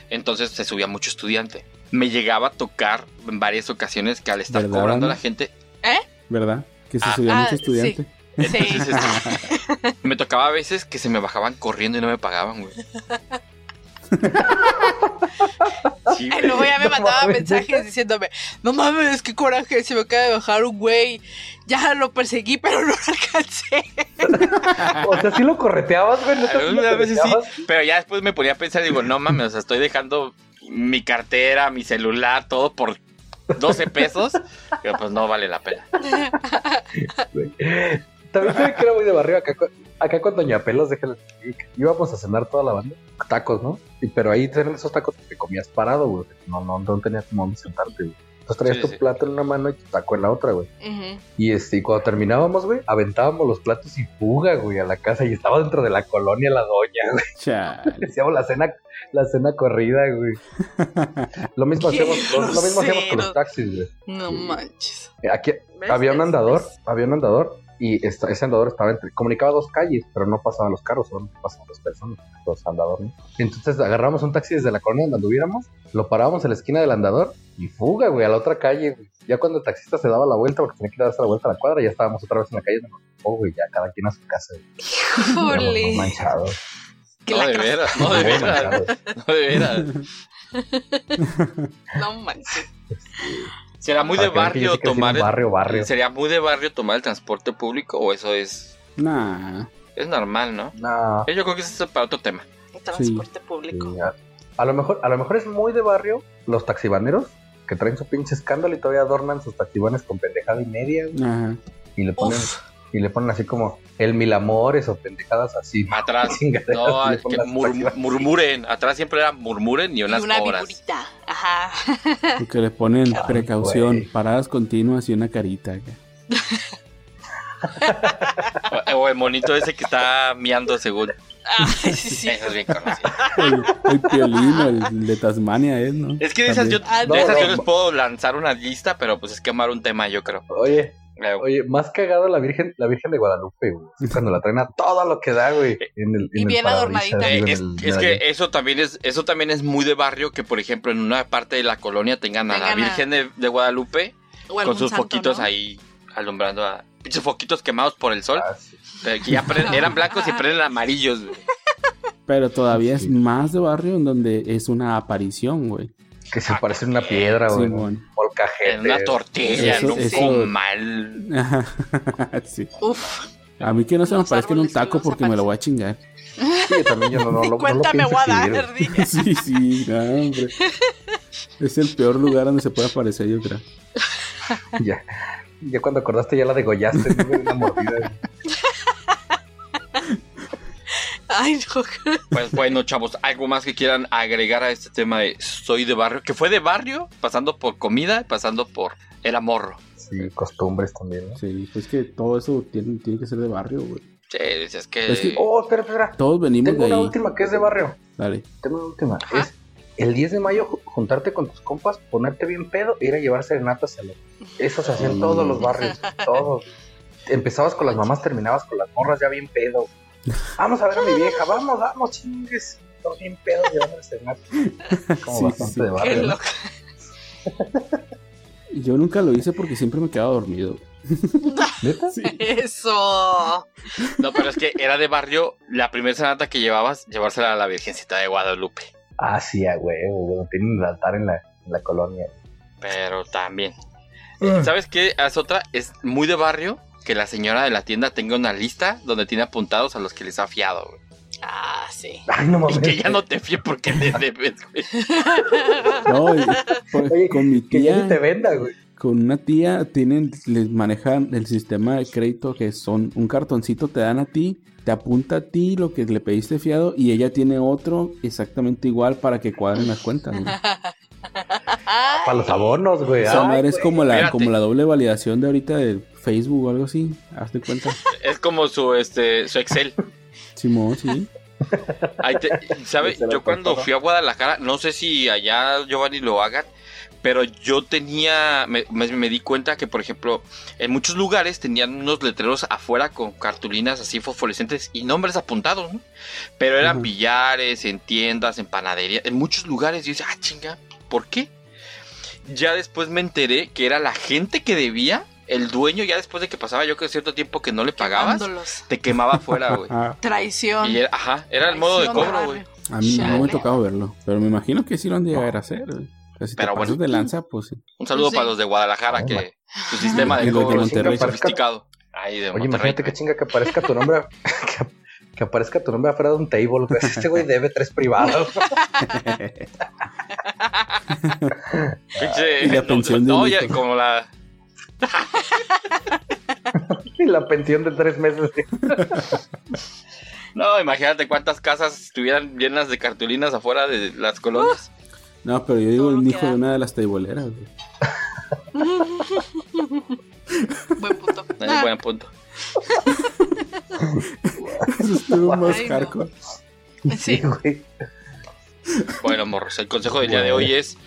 Entonces se subía mucho estudiante. Me llegaba a tocar en varias ocasiones que al estar ¿Verdad, cobrando a Ana? la gente, ¿Verdad? Que se Ah, subía ah, mucho estudiante. Sí. entonces, este, me tocaba a veces que se me bajaban corriendo y no me pagaban, güey. Sí, Ay, güey. luego ya me No mandaba mames. mensajes diciéndome, no mames, qué coraje, se me acaba de bajar un güey. Ya lo perseguí, pero no lo alcancé. O sea, sí lo correteabas, güey. ¿Neta sí lo Algunas veces sí, correteabas? Pero ya después me ponía a pensar, digo, no mames, o sea, estoy dejando mi cartera, mi celular, todo por 12 pesos. Pero pues no vale la pena. También sabe que era muy de barrio acá, con- acá con Doña Pelos, déjale. Íbamos a cenar toda la banda, tacos, ¿no? Y, pero ahí eran esos tacos que te comías parado, güey. No, no, no tenías como dónde sentarte, güey. Entonces traías Sí, tu sí. plato en una mano y tu taco en la otra, güey. Ujú. Y este, y cuando terminábamos, güey, aventábamos los platos y fuga, güey, a la casa. Y estaba dentro de la colonia la doña, güey. Chale. Hacíamos la cena, la cena corrida, güey. Lo mismo, Qué hacíamos, lo, lo mismo hacíamos grosero. con los taxis, güey. No manches. Aquí, ¿Ves? había un ¿Ves? andador, ¿Ves? había un andador y esta- ese andador estaba entre, comunicaba dos calles, pero no pasaban los carros, solo pasaban las personas, los andadores. ¿no? Entonces agarramos un taxi desde la colonia donde anduviéramos, lo parábamos en la esquina del andador y fuga, güey, a la otra calle. güey. Ya cuando el taxista se daba la vuelta, porque tenía que darse la vuelta a la cuadra, ya estábamos otra vez en la calle. de nuevo. Oh, güey, ya cada quien a su casa. güey. Estábamos Híjole. manchados. Qué no, de lacras. veras, no, de estábamos veras, manchados. no, de veras. No manches. ¿Será muy de Para que vean que barrio yo sí crecí en un tomar el- barrio, barrio. ¿Sería muy de barrio tomar el transporte público o eso es, Nah. es normal, no? No. Eh, Yo creo que eso es para otro tema. El transporte público. Sí, a, a lo mejor, a lo mejor es muy de barrio los taxibaneros que traen su pinche escándalo y todavía adornan sus taxibanes con pendejada y media güey, Ajá. y le ponen Uf. y le ponen así como el mil amores o pendejadas así. Atrás. Chingaderas, Ah, No, le es que ponen las mur- taxibanes. murmuren. Atrás siempre era murmuren y Y unas una horas. viburita. Ajá. Porque le ponen precaución, güey. paradas continuas y una carita. acá. O, o el monito ese que está miando según. Ay, sí, sí. Eso es bien conocido. El, el piolín, el de Tasmania es, ¿no? Es que de esas, yo, También. Ah, de esas no, yo no. les puedo lanzar una lista, pero pues es quemar un tema, yo creo. Oye, Eh, oye, más cagado la Virgen, la Virgen de Guadalupe, güey. Así Cuando la traen a todo lo que da, güey. En el, Y en el bien parabrisas, adornadita. eh, digo, en es, el es medallón. que eso también es eso también es muy de barrio que por ejemplo en una parte de la colonia tengan a la Tengan a- Virgen de, de Guadalupe O con algún sus santo, foquitos ¿no? ahí alumbrando a pinches foquitos quemados por el sol Ah, sí. eh, que ya pre- eran blancos y prenden amarillos güey. Pero todavía Sí. es más de barrio en donde es una aparición, güey. Que se Ah, parece una piedra, güey. Un Simón. molcajete. en una tortilla Eso- en un eso- comal Ajá, sí. Uf. A mí que no se me Los parezca en un árboles con taco los porque me lo voy a chingar. Sí, también yo no, no, lo- no lo Cuenta me pienso voy a exhibir, güey. dar. dije. Sí, sí, no, hombre. Es el peor lugar donde se puede aparecer, yo creo. Ya, ya cuando acordaste ya la degollaste, ¿no? De una mordida. Ay, no. pues bueno chavos algo más que quieran agregar a este tema de soy de barrio que fue de barrio pasando por comida pasando por el amorro Sí, costumbres también, ¿no? Sí, pues que todo eso tiene, tiene que ser de barrio, güey. sí, es que, Es que- Oh, espera, espera. Todos venimos Tengo de una ahí. última que es de barrio. Dale. Tengo una última. Ajá. Es el 10 de mayo ju- juntarte con tus compas, ponerte bien pedo e ir a llevar serenatas a los... Eso se hacía en Mm. todos los barrios, todos. Empezabas con las mamás, terminabas con las morras ya bien pedo. Vamos a ver a mi vieja, vamos, vamos, chingues. Todos bien pedos llevando serenatas. Como Sí, bastante sí. de Qué barrio. ¿no? loco. Yo nunca lo hice porque siempre me quedaba dormido. ¿Neta? Eso. no pero es que era de barrio la primera sanata que llevabas llevársela a la Virgencita de Guadalupe Ah, sí, a huevo, güey. Tienen el altar en la, en la colonia. Pero también. Eh, ¿Sabes qué? Ah, Es otra, es muy de barrio que la señora de la tienda tenga una lista donde tiene apuntados a los que les ha fiado, güey. Ah, sí. Ay, no mames. Y que ya no te fíe porque te debes, güey. No, y- por- Oye, con mi Que ya ni te tía, venda, güey. con una tía, tienen, les manejan el sistema de crédito que son un cartoncito te dan a ti, te apunta a ti lo que le pediste fiado y ella tiene otro exactamente igual para que cuadren las cuentas. güey. Para los abonos, güey. Ah. Esa Ay, madre es güey. como la, espérate. como la doble validación de ahorita de Facebook o algo así. Hazte cuenta. Es como su este su Excel. Simón, sí. Ahí te- ¿Sabes? Se la Yo cuando contaba. fui a Guadalajara, no sé si allá Giovanni lo hagan, Pero yo tenía, me, me- me di cuenta que, por ejemplo, en muchos lugares tenían unos letreros afuera con cartulinas así fosforescentes y nombres apuntados, ¿no? Pero eran Ujú. billares, en tiendas, en panaderías, en muchos lugares. Yo decía, ah, chinga, ¿por qué? Ya después me enteré que era la gente que debía, el dueño, ya después de que pasaba yo que cierto tiempo que no le pagabas, Dándolos. te quemaba afuera, güey. Ah, Traición. Y era, ajá, era el modo de Traición cobro, güey. barrio. a mí no me Chale. ha tocado verlo, pero me imagino que sí lo han de llegar a hacer. güey. O sea, si te Pero pasas bueno. de lanza, pues sí. Un saludo Sí. para los de Guadalajara, Oh, que su sistema de Los de cobro es Monterrey. muy sofisticado. Ahí de Oye, Monterrey. imagínate que chinga que aparezca tu nombre. que- Que aparezca tu nombre afuera de un table. güey. Este güey debe tres privados. Pinche- Y la no, pensión de no, un ya, hijo. como la. y la pensión de tres meses. No, imagínate cuántas casas estuvieran llenas de cartulinas afuera de las colonias. No, pero yo digo Todo el lo que hijo de da. una de las teiboleras. güey. Buen punto. Uh, Ah, Es buen punto. Eso estuvo más Ay, no. hardcore. Sí. güey. Bueno, morros, el consejo del día de hoy es: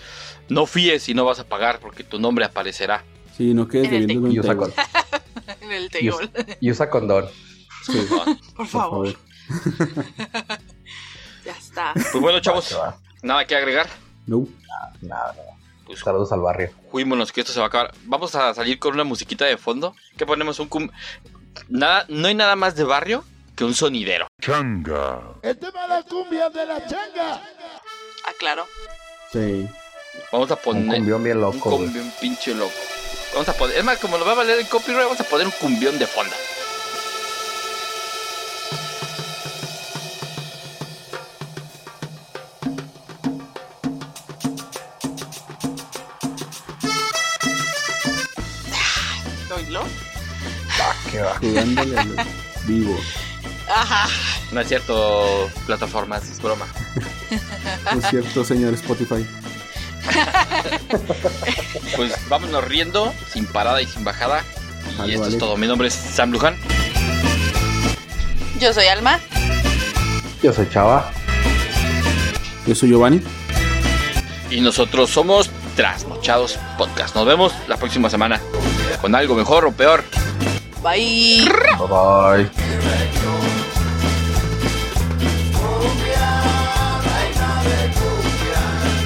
no fíes y no vas a pagar porque tu nombre aparecerá. Sí, no quedes En el debiendo Y un usa, table. con- Por En el y table. usa- y usa condón. Sí. Por favor. favor. Ya está. Pues bueno, Ah, chavos, Se va. nada que agregar. No. Ah, Nada, nada. Pues Saludos al barrio. juímonos que esto se va a acabar. Vamos a salir con una musiquita de fondo. Que ponemos un. cum- Nada, no hay nada más de barrio que un sonidero. Aclaro. Sí. Vamos a Un poner. cumbión bien Un loco. güey. cumbión pinche loco. Vamos a poner, es más, como lo va a valer el copyright, vamos a poner un cumbión de fonda. ¿Oílo? Qué va. Jugándole al vivo. Ajá. No es cierto, plataformas, es broma. No Es cierto, señor Spotify. Pues vámonos riendo, sin parada y sin bajada. Y Algo, esto es Alex. todo. Mi nombre es Sam Luján. Yo soy Alma. Yo soy Chava. Yo soy Giovanni. Y nosotros somos Trasnochados Podcast. Nos vemos la próxima semana. Con algo mejor o peor. Bye. Bye bye.